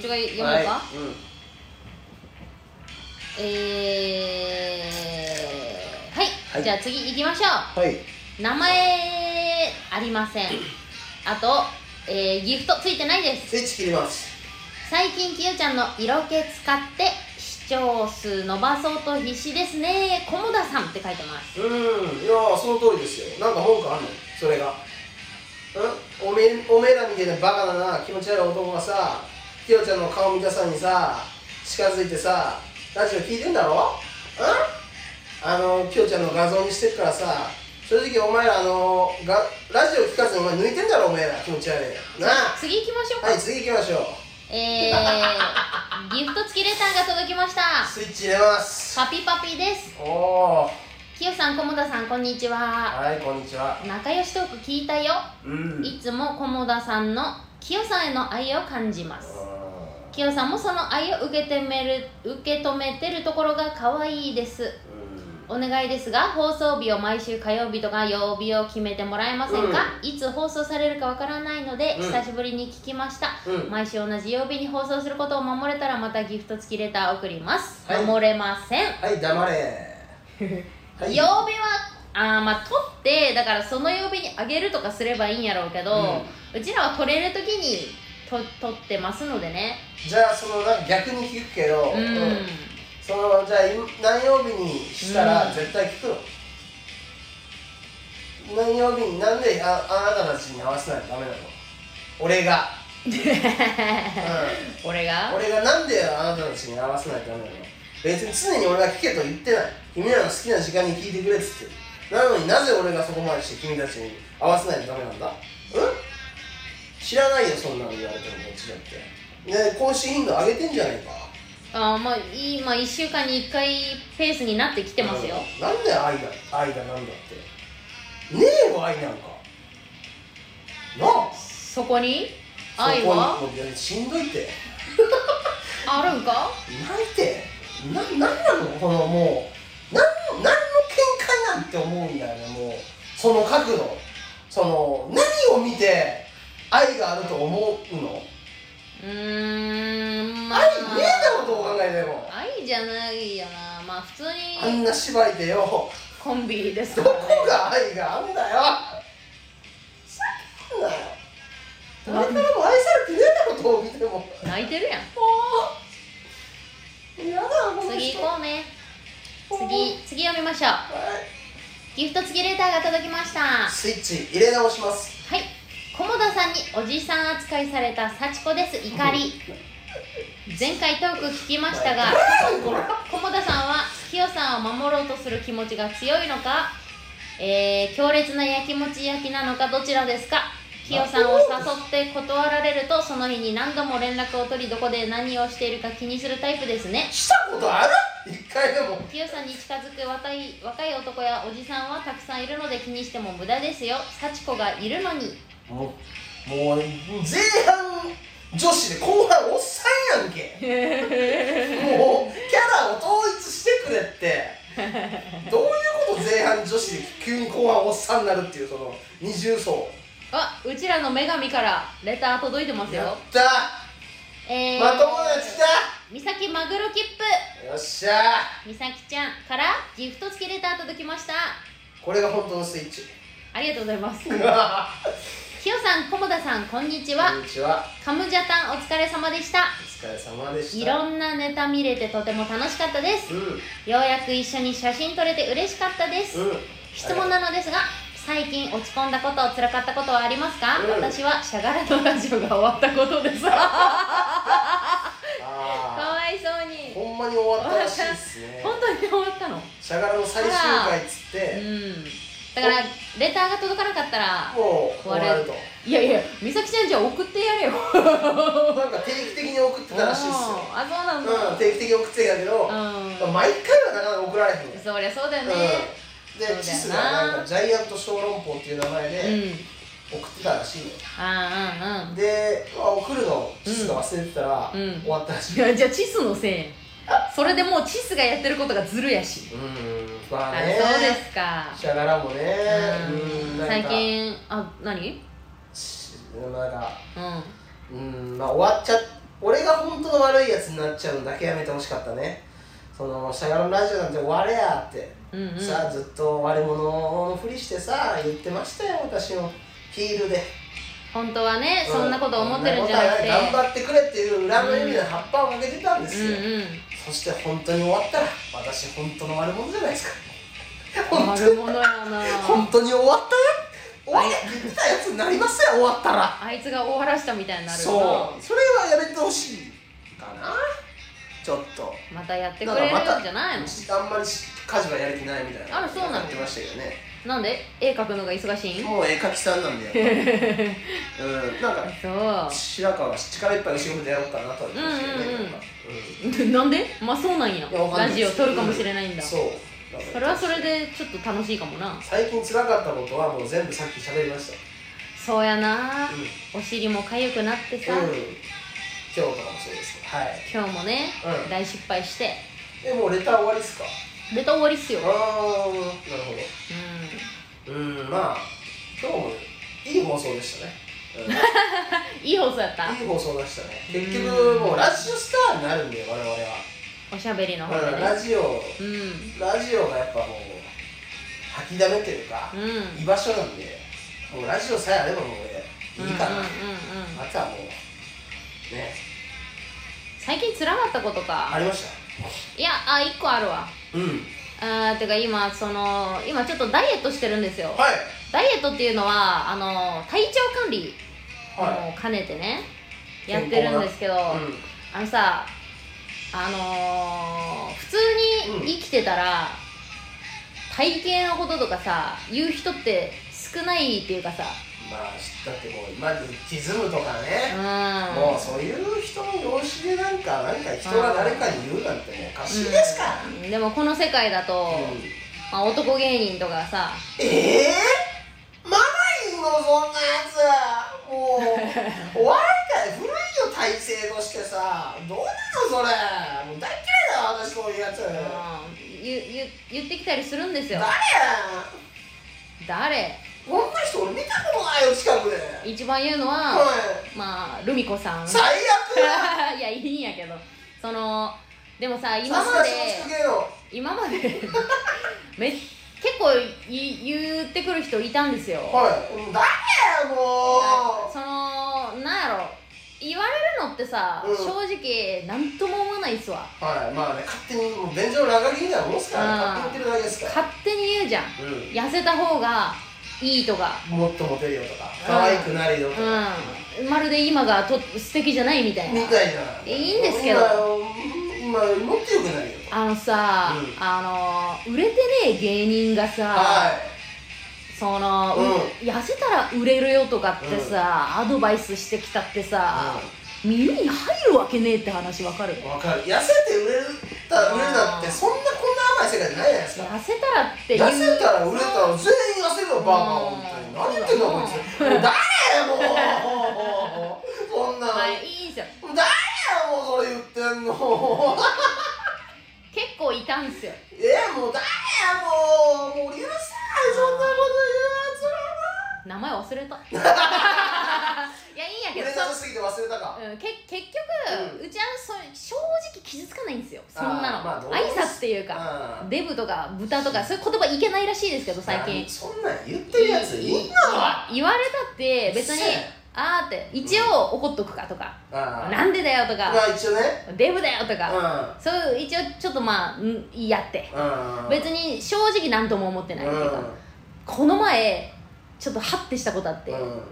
[SPEAKER 1] ちが読むか、
[SPEAKER 2] はいうん
[SPEAKER 1] えーはい、
[SPEAKER 2] はい
[SPEAKER 1] じゃあ次行きましょ
[SPEAKER 2] はい、
[SPEAKER 1] う名前ありませんあと、えーギフトついてないです
[SPEAKER 2] スイッチ切ります
[SPEAKER 1] 最近きよちゃんの色気使って視聴数伸ばそうと必死ですね菰田さんって書いてます
[SPEAKER 2] うんいやーその通りですよなんか文句あんのそれがうんおめおめえらみたいなバカだな気持ち悪い男がさきよちゃんの顔見たさにさ近づいてさラジオ聞いてんだろうんあのきよちゃんの画像にしてるからさ正直お前らあのがラジオ聞かずにお前抜いてんだろお前ら気持ち悪いなあ
[SPEAKER 1] 次行きましょうか、
[SPEAKER 2] はい次行きましょう
[SPEAKER 1] え ー、ギフト付きレターが届きました
[SPEAKER 2] スイッチ入れます
[SPEAKER 1] パピパピです
[SPEAKER 2] おお
[SPEAKER 1] きよさん菰田さんこんにちは
[SPEAKER 2] はいこんにちは
[SPEAKER 1] 仲良しトーク聞いたよ
[SPEAKER 2] うん
[SPEAKER 1] いつも菰田さんのきよさんへの愛を感じますきよさんもその愛を受け止める受け止めてるところが可愛いです
[SPEAKER 2] うん
[SPEAKER 1] お願いですが放送日を毎週火曜日とか曜日を決めてもらえませんか、いつ放送されるかわからないので、
[SPEAKER 2] うん
[SPEAKER 1] 久しぶりに聞きました、
[SPEAKER 2] うん
[SPEAKER 1] 毎週同じ曜日に放送することを守れたらまたギフト付きレター送ります、
[SPEAKER 2] はい
[SPEAKER 1] 守れません、
[SPEAKER 2] はい 黙れはい
[SPEAKER 1] 曜日はあーまあ取ってだからその曜日にあげるとかすればいいんやろうけど、うちらは取れる時にと取ってますのでね
[SPEAKER 2] じゃあそのなんか逆に聞くけど、
[SPEAKER 1] うん、
[SPEAKER 2] うんそのじゃあい何曜日にした
[SPEAKER 1] う
[SPEAKER 2] ら
[SPEAKER 1] ん
[SPEAKER 2] 絶対聞くの、何曜日になんでああなたたちに合わせないとダメなの 俺が、う
[SPEAKER 1] 俺
[SPEAKER 2] ん、
[SPEAKER 1] が
[SPEAKER 2] 俺がなんであなたたちに合わせないとダメなの別に常に俺が聞けと言ってない君らの好きな時間に聞いてくれっつってるなのになぜ俺がそこまでして君たちに合わせないとダメなんだうん知らないよそんなの言われてもこっちだってね更新頻度上げてんじゃないか
[SPEAKER 1] あーまあいいまあ1週間に1回ペースになってきてますよ、
[SPEAKER 2] うんなんで愛だ愛だなんだってねえよ愛なんかなあ
[SPEAKER 1] そこに愛は
[SPEAKER 2] そこにもうしんどいって
[SPEAKER 1] あるんか
[SPEAKER 2] ないてななんなのこのもうなん何の見解なんて思うんだよねもうその角度その何を見て愛があると思うの
[SPEAKER 1] うーんまあ
[SPEAKER 2] 愛ねえだろどう考えても
[SPEAKER 1] 愛じじゃないよなまあ普通
[SPEAKER 2] あん
[SPEAKER 1] に
[SPEAKER 2] な芝居でよ
[SPEAKER 1] コンビです
[SPEAKER 2] ど
[SPEAKER 1] から
[SPEAKER 2] こが愛があんだよ叫んなよ誰からも愛されてねえだろどう見ても
[SPEAKER 1] 泣いてるやん
[SPEAKER 2] おーやだこの人
[SPEAKER 1] 次行こうね
[SPEAKER 2] お
[SPEAKER 1] 次次読みましょう
[SPEAKER 2] はい
[SPEAKER 1] ギフト付きレターが届きましたは
[SPEAKER 2] スイッチ入れ直します
[SPEAKER 1] い菰田さんにおじさん扱いされた幸子です怒り前回トーク聞きましたが
[SPEAKER 2] これ
[SPEAKER 1] 菰田さんはキヨさんを守ろうとする気持ちが強いのか、えー強烈なやきもち焼きなのかどちらですかキヨさんを誘って断られるとその日に何度も連絡を取りどこで何をしているか気にするタイプですね
[SPEAKER 2] したことある一回でも
[SPEAKER 1] キヨさんに近づく若い若い男やおじさんはたくさんいるので気にしても無駄ですよ幸子がいるのに
[SPEAKER 2] もうもう前半女子で後半おっさんやんけもうキャラを統一してくれってどういうこと前半女子で急に後半おっさんになるっていうその二重層
[SPEAKER 1] あうちらの女神からレター届いてますよ
[SPEAKER 2] やった
[SPEAKER 1] えー、
[SPEAKER 2] まともなやつ来た
[SPEAKER 1] 美咲マグロ切符
[SPEAKER 2] よっしゃ
[SPEAKER 1] 美咲ちゃんからギフト付きレター届きました
[SPEAKER 2] これが本当のスイッチ
[SPEAKER 1] ありがとうございます
[SPEAKER 2] こんに
[SPEAKER 1] ひよさん、こもださん、こんにちは
[SPEAKER 2] ちは
[SPEAKER 1] カムジャタンお疲れ様でした
[SPEAKER 2] お疲れ様でした
[SPEAKER 1] いろんなネタ見れてとても楽しかったです
[SPEAKER 2] うんうん
[SPEAKER 1] ようやく一緒に写真撮れて嬉しかったです質問なのですが最近落ち込んだこと辛かったことはありますか、
[SPEAKER 2] うん
[SPEAKER 1] 私はしゃがれのラジオが終わったことですか
[SPEAKER 2] あ
[SPEAKER 1] わいそう
[SPEAKER 2] ー
[SPEAKER 1] に
[SPEAKER 2] ほんまに終わったらしいっすね
[SPEAKER 1] 本当に終わったの
[SPEAKER 2] シャガラの最終回っつっ
[SPEAKER 1] う
[SPEAKER 2] て、
[SPEAKER 1] んだからレターが届かなかったら
[SPEAKER 2] もう終わると
[SPEAKER 1] いやいや美咲ちゃんじゃあ送ってやれよ
[SPEAKER 2] なんか定期的に送ってたらしいっすよ
[SPEAKER 1] あそうなんだ
[SPEAKER 2] うん、定期的に送ってたけど、
[SPEAKER 1] うん
[SPEAKER 2] 毎回はなかなか送られへんねん、
[SPEAKER 1] そりゃそうだよね
[SPEAKER 2] うん、で
[SPEAKER 1] そうだよな
[SPEAKER 2] チスがなんかジャイアント小籠包っていう名前
[SPEAKER 1] うん、
[SPEAKER 2] で送ってたらしいの、
[SPEAKER 1] ああ
[SPEAKER 2] で、まあ、送るのチスが忘れてたら、
[SPEAKER 1] うんうん
[SPEAKER 2] 終わったらし
[SPEAKER 1] うん
[SPEAKER 2] い、う
[SPEAKER 1] うんじゃあチスのせいやんそれでもうチスがやってることがずるやし
[SPEAKER 2] ーんまあ
[SPEAKER 1] あ
[SPEAKER 2] ね
[SPEAKER 1] そうですか
[SPEAKER 2] シャガラもね
[SPEAKER 1] う
[SPEAKER 2] うんんなん
[SPEAKER 1] 最
[SPEAKER 2] か
[SPEAKER 1] 近あ何
[SPEAKER 2] しなんか
[SPEAKER 1] うん
[SPEAKER 2] うんまあ終わっちゃ俺が本当の悪いやつになっちゃうのだけやめてほしかったねその「シャガロンラジオなんて終われや」って、
[SPEAKER 1] うんうん
[SPEAKER 2] さあずっと悪者のふりしてさ言ってましたよ私もヒールで
[SPEAKER 1] 本当はねそんなこと思ってるんじゃ
[SPEAKER 2] うんそんなこと
[SPEAKER 1] な
[SPEAKER 2] は頑張ってくれっていう裏の意味の葉っぱをかけてたんで
[SPEAKER 1] くて
[SPEAKER 2] す
[SPEAKER 1] う
[SPEAKER 2] よ、
[SPEAKER 1] んうん
[SPEAKER 2] そして本当に終わったら私本当の悪者じゃないですか 本当
[SPEAKER 1] 悪
[SPEAKER 2] に
[SPEAKER 1] 者やな
[SPEAKER 2] 本当に終わったよ終わりってたやつになりますよ終わったら
[SPEAKER 1] あいつが終わらしたみたいになるな
[SPEAKER 2] そうそれはやめてほしいかなちょっと
[SPEAKER 1] またやって
[SPEAKER 2] な
[SPEAKER 1] く
[SPEAKER 2] ん
[SPEAKER 1] れる
[SPEAKER 2] かまた
[SPEAKER 1] んじゃないの
[SPEAKER 2] あんまり家事はやる気ないみたいな
[SPEAKER 1] あらそうなの
[SPEAKER 2] 言ってましたけどね
[SPEAKER 1] なんで絵描くのが忙しいん
[SPEAKER 2] もう絵描きさんなんだようんなんか
[SPEAKER 1] そ
[SPEAKER 2] 白川は力いっぱいの仕事でやろうかなとは言ってましたけどね
[SPEAKER 1] うんうんうん
[SPEAKER 2] なんか
[SPEAKER 1] う なんでまあそうなんや
[SPEAKER 2] うんいやわかん
[SPEAKER 1] ラ
[SPEAKER 2] ない
[SPEAKER 1] ジ
[SPEAKER 2] で
[SPEAKER 1] オ
[SPEAKER 2] す
[SPEAKER 1] 撮るかもしれないんだ
[SPEAKER 2] う
[SPEAKER 1] そ
[SPEAKER 2] そうなんか
[SPEAKER 1] れはそれでちょっと楽しいかもな
[SPEAKER 2] 最近辛かったことはもう全部さっき喋りました
[SPEAKER 1] そうやな
[SPEAKER 2] うん、うん、
[SPEAKER 1] お尻も痒くなってさ、
[SPEAKER 2] 今日とかもそうですけどはい
[SPEAKER 1] 今日もね、
[SPEAKER 2] うん
[SPEAKER 1] 大失敗して
[SPEAKER 2] えもうレター終わりっすか
[SPEAKER 1] でと終わりっすよ、う
[SPEAKER 2] ああ
[SPEAKER 1] ん、
[SPEAKER 2] なるほどうんまあ今日もいい放送でしたね、 う
[SPEAKER 1] いい放送やった
[SPEAKER 2] んいい放送でしたね
[SPEAKER 1] うん
[SPEAKER 2] 結局もうラジオスターになるんで我々は、
[SPEAKER 1] おしゃべりの
[SPEAKER 2] だ
[SPEAKER 1] 方
[SPEAKER 2] から
[SPEAKER 1] でね
[SPEAKER 2] ラジオ
[SPEAKER 1] うん
[SPEAKER 2] ラジオがやっぱもう吐きだめていうか、
[SPEAKER 1] うん
[SPEAKER 2] 居場所なんでもうラジオさえあればもう俺いいかな、
[SPEAKER 1] うんうんうんうん
[SPEAKER 2] あとはもうね
[SPEAKER 1] 最近つらかったこと
[SPEAKER 2] あ
[SPEAKER 1] か
[SPEAKER 2] りました
[SPEAKER 1] いやあ1個あるわ
[SPEAKER 2] うん
[SPEAKER 1] あーてか今その今ちょっとダイエットしてるんですよ
[SPEAKER 2] はい
[SPEAKER 1] ダイエットっていうのはあの体調管理
[SPEAKER 2] は
[SPEAKER 1] も兼ねてね、やってるんですけど、
[SPEAKER 2] い、うん
[SPEAKER 1] あのさあのー普通
[SPEAKER 2] うん
[SPEAKER 1] に生きてたら、体型のこととかさ言う人って少ないっていうかさ
[SPEAKER 2] まあだってもうまずキズムとかね、
[SPEAKER 1] うん
[SPEAKER 2] もうそういう人の養子でなんか何か人が誰かに言うなんてもうおかしいですから、
[SPEAKER 1] うんでもこの世界だと、
[SPEAKER 2] うん
[SPEAKER 1] まあ、男芸人とかさ
[SPEAKER 2] ええまだいんのそんなやつもうお笑い界古いよ体制としてさどうなのそれもう大嫌いだよ私こういうやつ
[SPEAKER 1] うん
[SPEAKER 2] 誰
[SPEAKER 1] 言言言ってきたりするんですよ
[SPEAKER 2] や
[SPEAKER 1] 誰
[SPEAKER 2] こんな人俺見たことないよ近くで
[SPEAKER 1] 一番言うのは、
[SPEAKER 2] はい
[SPEAKER 1] まあルミ子さん
[SPEAKER 2] 最悪
[SPEAKER 1] いやいいんやけどそのでもさ今
[SPEAKER 2] さす
[SPEAKER 1] ま
[SPEAKER 2] が
[SPEAKER 1] で
[SPEAKER 2] 松竹芸能
[SPEAKER 1] 今まで め結構い言ってくる人いたんですよ
[SPEAKER 2] はいうんだけも
[SPEAKER 1] そのなんやろ言われるのってさ、
[SPEAKER 2] うん
[SPEAKER 1] 正直なんとも思わないっすわ
[SPEAKER 2] うはいまあね勝手にもう便所の中切りみたいなもんですからね
[SPEAKER 1] あー
[SPEAKER 2] 勝手に言ってるだけですから
[SPEAKER 1] 勝手に言うじゃん
[SPEAKER 2] う
[SPEAKER 1] 痩せた方がいいとか
[SPEAKER 2] んもっとモテるよとか可愛くなるよとか
[SPEAKER 1] うんまるで今がと素敵じゃないみたいな
[SPEAKER 2] みたいない
[SPEAKER 1] いんですけど
[SPEAKER 2] 今今もっとよくなるよ
[SPEAKER 1] あのさ、
[SPEAKER 2] うん
[SPEAKER 1] あの売れてねえ芸人がさ、
[SPEAKER 2] はい
[SPEAKER 1] その、
[SPEAKER 2] う
[SPEAKER 1] 痩せたら売れるよとかってさ、アドバイスしてきたってさ、耳に入るわけねえって話わかる
[SPEAKER 2] わかる痩せて売れるた売れるだってそんなこんな甘い世界じゃないじゃないですか
[SPEAKER 1] 痩せたらっていう
[SPEAKER 2] 痩せたら売れたら全員痩せるよバカは
[SPEAKER 1] うん
[SPEAKER 2] 本当に何言ってんだこいつもう 誰
[SPEAKER 1] ま
[SPEAKER 2] もうそんなの
[SPEAKER 1] あ
[SPEAKER 2] 誰
[SPEAKER 1] いいんすよ
[SPEAKER 2] もうそれ言ってんのもう
[SPEAKER 1] 結構いたんすよ
[SPEAKER 2] えもう誰もうもう許せないそんなこ
[SPEAKER 1] 名前 忘れたいやいいんや
[SPEAKER 2] と言うやつら
[SPEAKER 1] けど
[SPEAKER 2] は売れなさすぎて忘れたか
[SPEAKER 1] うん、け結局、
[SPEAKER 2] う
[SPEAKER 1] うちはそう正直傷つかないんですよそんな
[SPEAKER 2] あ
[SPEAKER 1] の、
[SPEAKER 2] ーまあどう
[SPEAKER 1] 挨拶っていうか、
[SPEAKER 2] うん
[SPEAKER 1] デブとか豚とかそういう言葉いけないらしいですけど最近
[SPEAKER 2] そんなん言ってるやついいんだわ
[SPEAKER 1] 言われたって別
[SPEAKER 2] うっ
[SPEAKER 1] に
[SPEAKER 2] せえ
[SPEAKER 1] あーって一応怒っとくかとか、
[SPEAKER 2] あー
[SPEAKER 1] なんでだよとか
[SPEAKER 2] まあ一応ね
[SPEAKER 1] デブだよと
[SPEAKER 2] う
[SPEAKER 1] か、そういう一応ちょっとまあん言い合って
[SPEAKER 2] んうん
[SPEAKER 1] 別に正直何とも思ってないっていうか、
[SPEAKER 2] う
[SPEAKER 1] この前ちょっとハッてしたことあって、
[SPEAKER 2] んうん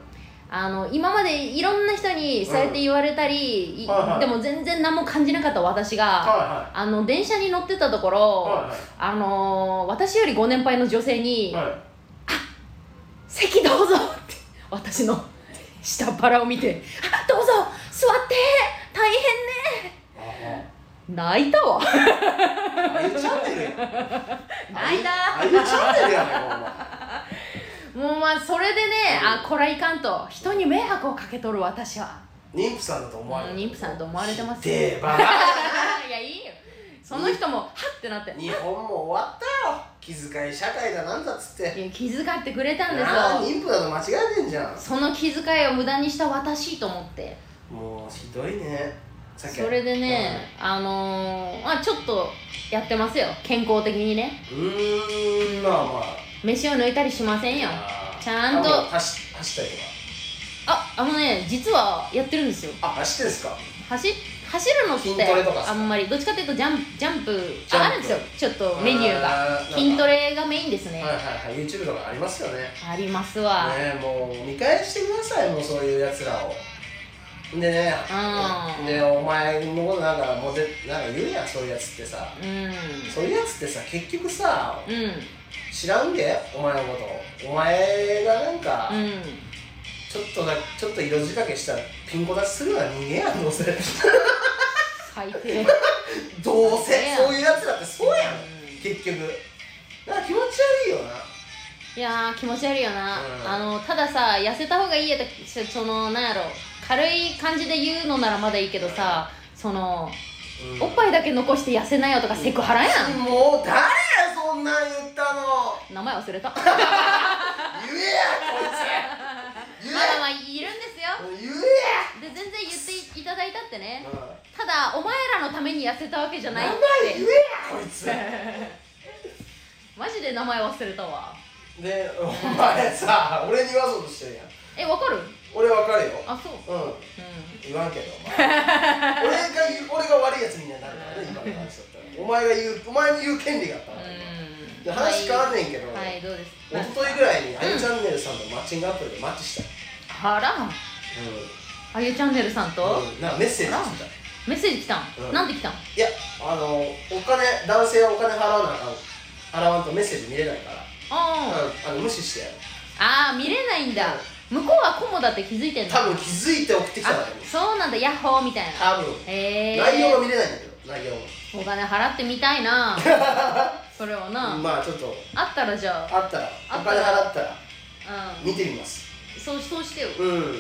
[SPEAKER 1] あの今までいろんな人にそうやって言われたり、い
[SPEAKER 2] はいはい
[SPEAKER 1] でも全然何も感じなかった私が、
[SPEAKER 2] は
[SPEAKER 1] あの電車に乗ってたところ、
[SPEAKER 2] いはいはい
[SPEAKER 1] あのー私より5年配の女性に「
[SPEAKER 2] はい
[SPEAKER 1] 席どうぞ」って私の下っ腹を見て「あどうぞ座って大変ね
[SPEAKER 2] あ」
[SPEAKER 1] 泣いたわ
[SPEAKER 2] あゆチャンネルやん
[SPEAKER 1] 泣い
[SPEAKER 2] あ
[SPEAKER 1] た
[SPEAKER 2] ゆチャンネルやねほんま
[SPEAKER 1] もうまあそれでね、
[SPEAKER 2] うん
[SPEAKER 1] あこらいかんと人に迷惑をかけとる私 は
[SPEAKER 2] 妊婦さんだと思われ
[SPEAKER 1] う
[SPEAKER 2] る
[SPEAKER 1] ん妊婦さんだと思われてます
[SPEAKER 2] でバ
[SPEAKER 1] い
[SPEAKER 2] カ
[SPEAKER 1] やいいよその人もはってなってい
[SPEAKER 2] 日本も終わったよ気遣い社会だなんだっつって
[SPEAKER 1] や気遣ってくれたんです
[SPEAKER 2] なあ
[SPEAKER 1] よ
[SPEAKER 2] 妊婦だと間違えてんじゃん
[SPEAKER 1] その気遣いを無駄にした私と思って
[SPEAKER 2] もうひどいねさっき
[SPEAKER 1] それでね、あのー、まあちょっとやってますよ健康的にね
[SPEAKER 2] うんうーんまあまあ
[SPEAKER 1] 飯を抜いたりしませんよ
[SPEAKER 2] あー
[SPEAKER 1] ちゃんと
[SPEAKER 2] あもう走走ったり
[SPEAKER 1] ああのね実はやってるんですよ
[SPEAKER 2] とかあ走ってんすか
[SPEAKER 1] 走走るのっ
[SPEAKER 2] 筋トレとかってすか
[SPEAKER 1] あんまりどっちかっていうとジャンジャンプ
[SPEAKER 2] ジャンプ
[SPEAKER 1] ああるんですよちょっとメニューが
[SPEAKER 2] あなんか
[SPEAKER 1] 筋トレがメインですね、
[SPEAKER 2] はいはいはい YouTube とかありますよねね
[SPEAKER 1] ありますわ、
[SPEAKER 2] もう見返してくださいもうそういうやつらをでね
[SPEAKER 1] うん
[SPEAKER 2] でお前のことなんかもうぜなんか言うやんそういうやつってさ
[SPEAKER 1] う
[SPEAKER 2] そういうやつってさ結局さ
[SPEAKER 1] んうん
[SPEAKER 2] 知らんでお前のことお前がなんか、
[SPEAKER 1] うん
[SPEAKER 2] ちょっとだちょっと色仕掛けしたピンコ出しするような人間やんどう せどう
[SPEAKER 1] 最低
[SPEAKER 2] せそういうやつだってそうやん結局なんか気持ち悪いよない
[SPEAKER 1] やー気持ち悪いよな、
[SPEAKER 2] うん
[SPEAKER 1] あのたださ痩せた方がいいやとそそのなんやろ軽い感じで言うのならまだいいけどさその
[SPEAKER 2] うん
[SPEAKER 1] おっぱいだけ残して痩せなよとかセクハラやん、
[SPEAKER 2] もう誰やそんなん言ったの
[SPEAKER 1] 名前 忘れたま
[SPEAKER 2] 言えや こいつ言え
[SPEAKER 1] だまあいるんですよ
[SPEAKER 2] 言え
[SPEAKER 1] で全然言っていただいたってね
[SPEAKER 2] や
[SPEAKER 1] ただお前らのために痩せたわけじゃ
[SPEAKER 2] 名
[SPEAKER 1] ない
[SPEAKER 2] 前
[SPEAKER 1] っ
[SPEAKER 2] 言え
[SPEAKER 1] て
[SPEAKER 2] やこいつ
[SPEAKER 1] マジで名前忘れたわ
[SPEAKER 2] でお前さ俺に言わそうとしてるやん
[SPEAKER 1] えわかる
[SPEAKER 2] 俺わかるよ
[SPEAKER 1] あそう
[SPEAKER 2] うん
[SPEAKER 1] う
[SPEAKER 2] 言わんけどお前俺が言う俺が悪いやつみたいになるからね今の話だったらお前が言うお前に言う権利があった
[SPEAKER 1] ん
[SPEAKER 2] わけ
[SPEAKER 1] うん
[SPEAKER 2] で話変わんねんけど、
[SPEAKER 1] はい、はい、どうです
[SPEAKER 2] 一昨日ぐらいにあゆチャンネルさんとマッチングアプリでマッチした
[SPEAKER 1] あらあゆチャンネルさんと、
[SPEAKER 2] うん、うん、なんかメッセージ来た
[SPEAKER 1] メッセージ来たん、
[SPEAKER 2] うん
[SPEAKER 1] なんで来たん
[SPEAKER 2] いやあのお金男性はお金払わなあかん払わんとメッセージ見れないから、
[SPEAKER 1] あ
[SPEAKER 2] うん、あの無視してやる
[SPEAKER 1] あー見れないんだ向こうはコモだって気づいてんの
[SPEAKER 2] 多分気づいて送ってきたん
[SPEAKER 1] あ
[SPEAKER 2] だけど
[SPEAKER 1] そうなんだヤッホーみたいな
[SPEAKER 2] 多分、
[SPEAKER 1] へえ
[SPEAKER 2] 内容が見れないんだけど内容
[SPEAKER 1] お金払ってみたい なそれはな、
[SPEAKER 2] がまあちょっと
[SPEAKER 1] あったらじゃ
[SPEAKER 2] あったら
[SPEAKER 1] あ
[SPEAKER 2] お
[SPEAKER 1] った
[SPEAKER 2] 金
[SPEAKER 1] ら
[SPEAKER 2] 払ったら
[SPEAKER 1] あう
[SPEAKER 2] 見てみます
[SPEAKER 1] んそうそうしてよ
[SPEAKER 2] うん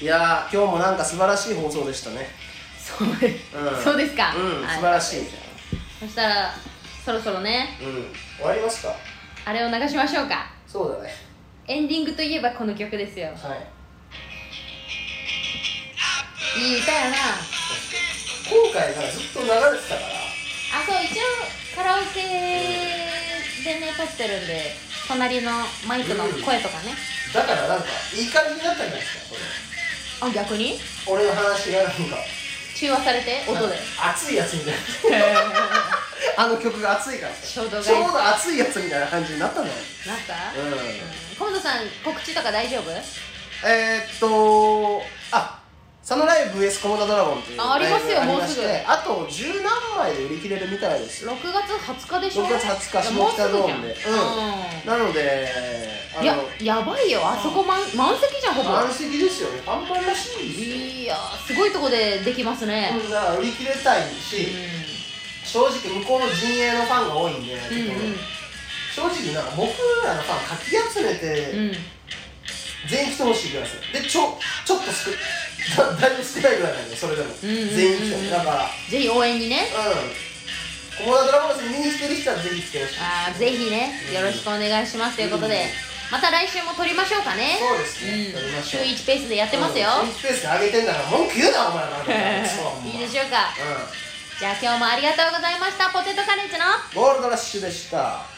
[SPEAKER 2] いやー今日もなんか素晴らしい放送でしたね
[SPEAKER 1] そうで
[SPEAKER 2] うん
[SPEAKER 1] そうですか、
[SPEAKER 2] うん
[SPEAKER 1] はい
[SPEAKER 2] 素晴らしい
[SPEAKER 1] そしたらそろそろね
[SPEAKER 2] うん終わりますか
[SPEAKER 1] あれを流しましょうか
[SPEAKER 2] そうだね
[SPEAKER 1] エンディングといえばこの曲ですよ
[SPEAKER 2] はい
[SPEAKER 1] いい歌やな
[SPEAKER 2] 今回がずっと流れてたから
[SPEAKER 1] あそう一応カラオケでね撮ってるんで隣のマイクの声とかね、
[SPEAKER 2] だからなんかいい感じになったんじゃないですか
[SPEAKER 1] あ逆に
[SPEAKER 2] それ俺の話がなんか
[SPEAKER 1] 中和されて音で
[SPEAKER 2] 熱いやつみたいな あの曲が熱いから
[SPEAKER 1] 衝動買い
[SPEAKER 2] ちょうど熱いやつみたいな感じになったんだよ
[SPEAKER 1] なんか、
[SPEAKER 2] うん
[SPEAKER 1] コムドさん告知とか大丈夫
[SPEAKER 2] えー、っとあサノライブ VS コモダドラゴンっていう
[SPEAKER 1] あありますよ
[SPEAKER 2] ライブがあり
[SPEAKER 1] もうす
[SPEAKER 2] してあと十何枚で売り切れるみたいですよ
[SPEAKER 1] 6月20日でしょ
[SPEAKER 2] 6月20日下北ドームで
[SPEAKER 1] いやもう
[SPEAKER 2] なので
[SPEAKER 1] す
[SPEAKER 2] あ
[SPEAKER 1] ぐじゃん
[SPEAKER 2] の
[SPEAKER 1] いややばいよあそこ満満席じゃんほぼ
[SPEAKER 2] 満席ですよねパンパンらしいですよ
[SPEAKER 1] いやーすごいとこでできますね、
[SPEAKER 2] だから売り切れたいし、
[SPEAKER 1] う
[SPEAKER 2] 正直向こうの陣営のファンが多いんで、
[SPEAKER 1] んうんうん
[SPEAKER 2] 正直なんか僕らのファンかき集めて、
[SPEAKER 1] うん
[SPEAKER 2] 全員来てほしいぐらいですよでちょちょっと少 だだいぶ少ないぐらいなんでそれでも、
[SPEAKER 1] うんうんうん
[SPEAKER 2] 全員来てほしいだから
[SPEAKER 1] ぜひ応援にね
[SPEAKER 2] うんコモダドラゴンズ見に来てる人はぜひ来てほしい
[SPEAKER 1] あーぜひねよろしくお願いしますということで、また来週も撮りましょうかね
[SPEAKER 2] そうですね、やり
[SPEAKER 1] う
[SPEAKER 2] ま
[SPEAKER 1] ん、
[SPEAKER 2] し
[SPEAKER 1] 週
[SPEAKER 2] ょう
[SPEAKER 1] 1ペースでやってますよ、
[SPEAKER 2] うん新スペースで上げてんだから文句言うな お前なんかそう
[SPEAKER 1] いいでし
[SPEAKER 2] ょ
[SPEAKER 1] ょうか
[SPEAKER 2] うん
[SPEAKER 1] じゃあ今日もありがとうございましたポテトカレッジの
[SPEAKER 2] ゴールドラッシュでした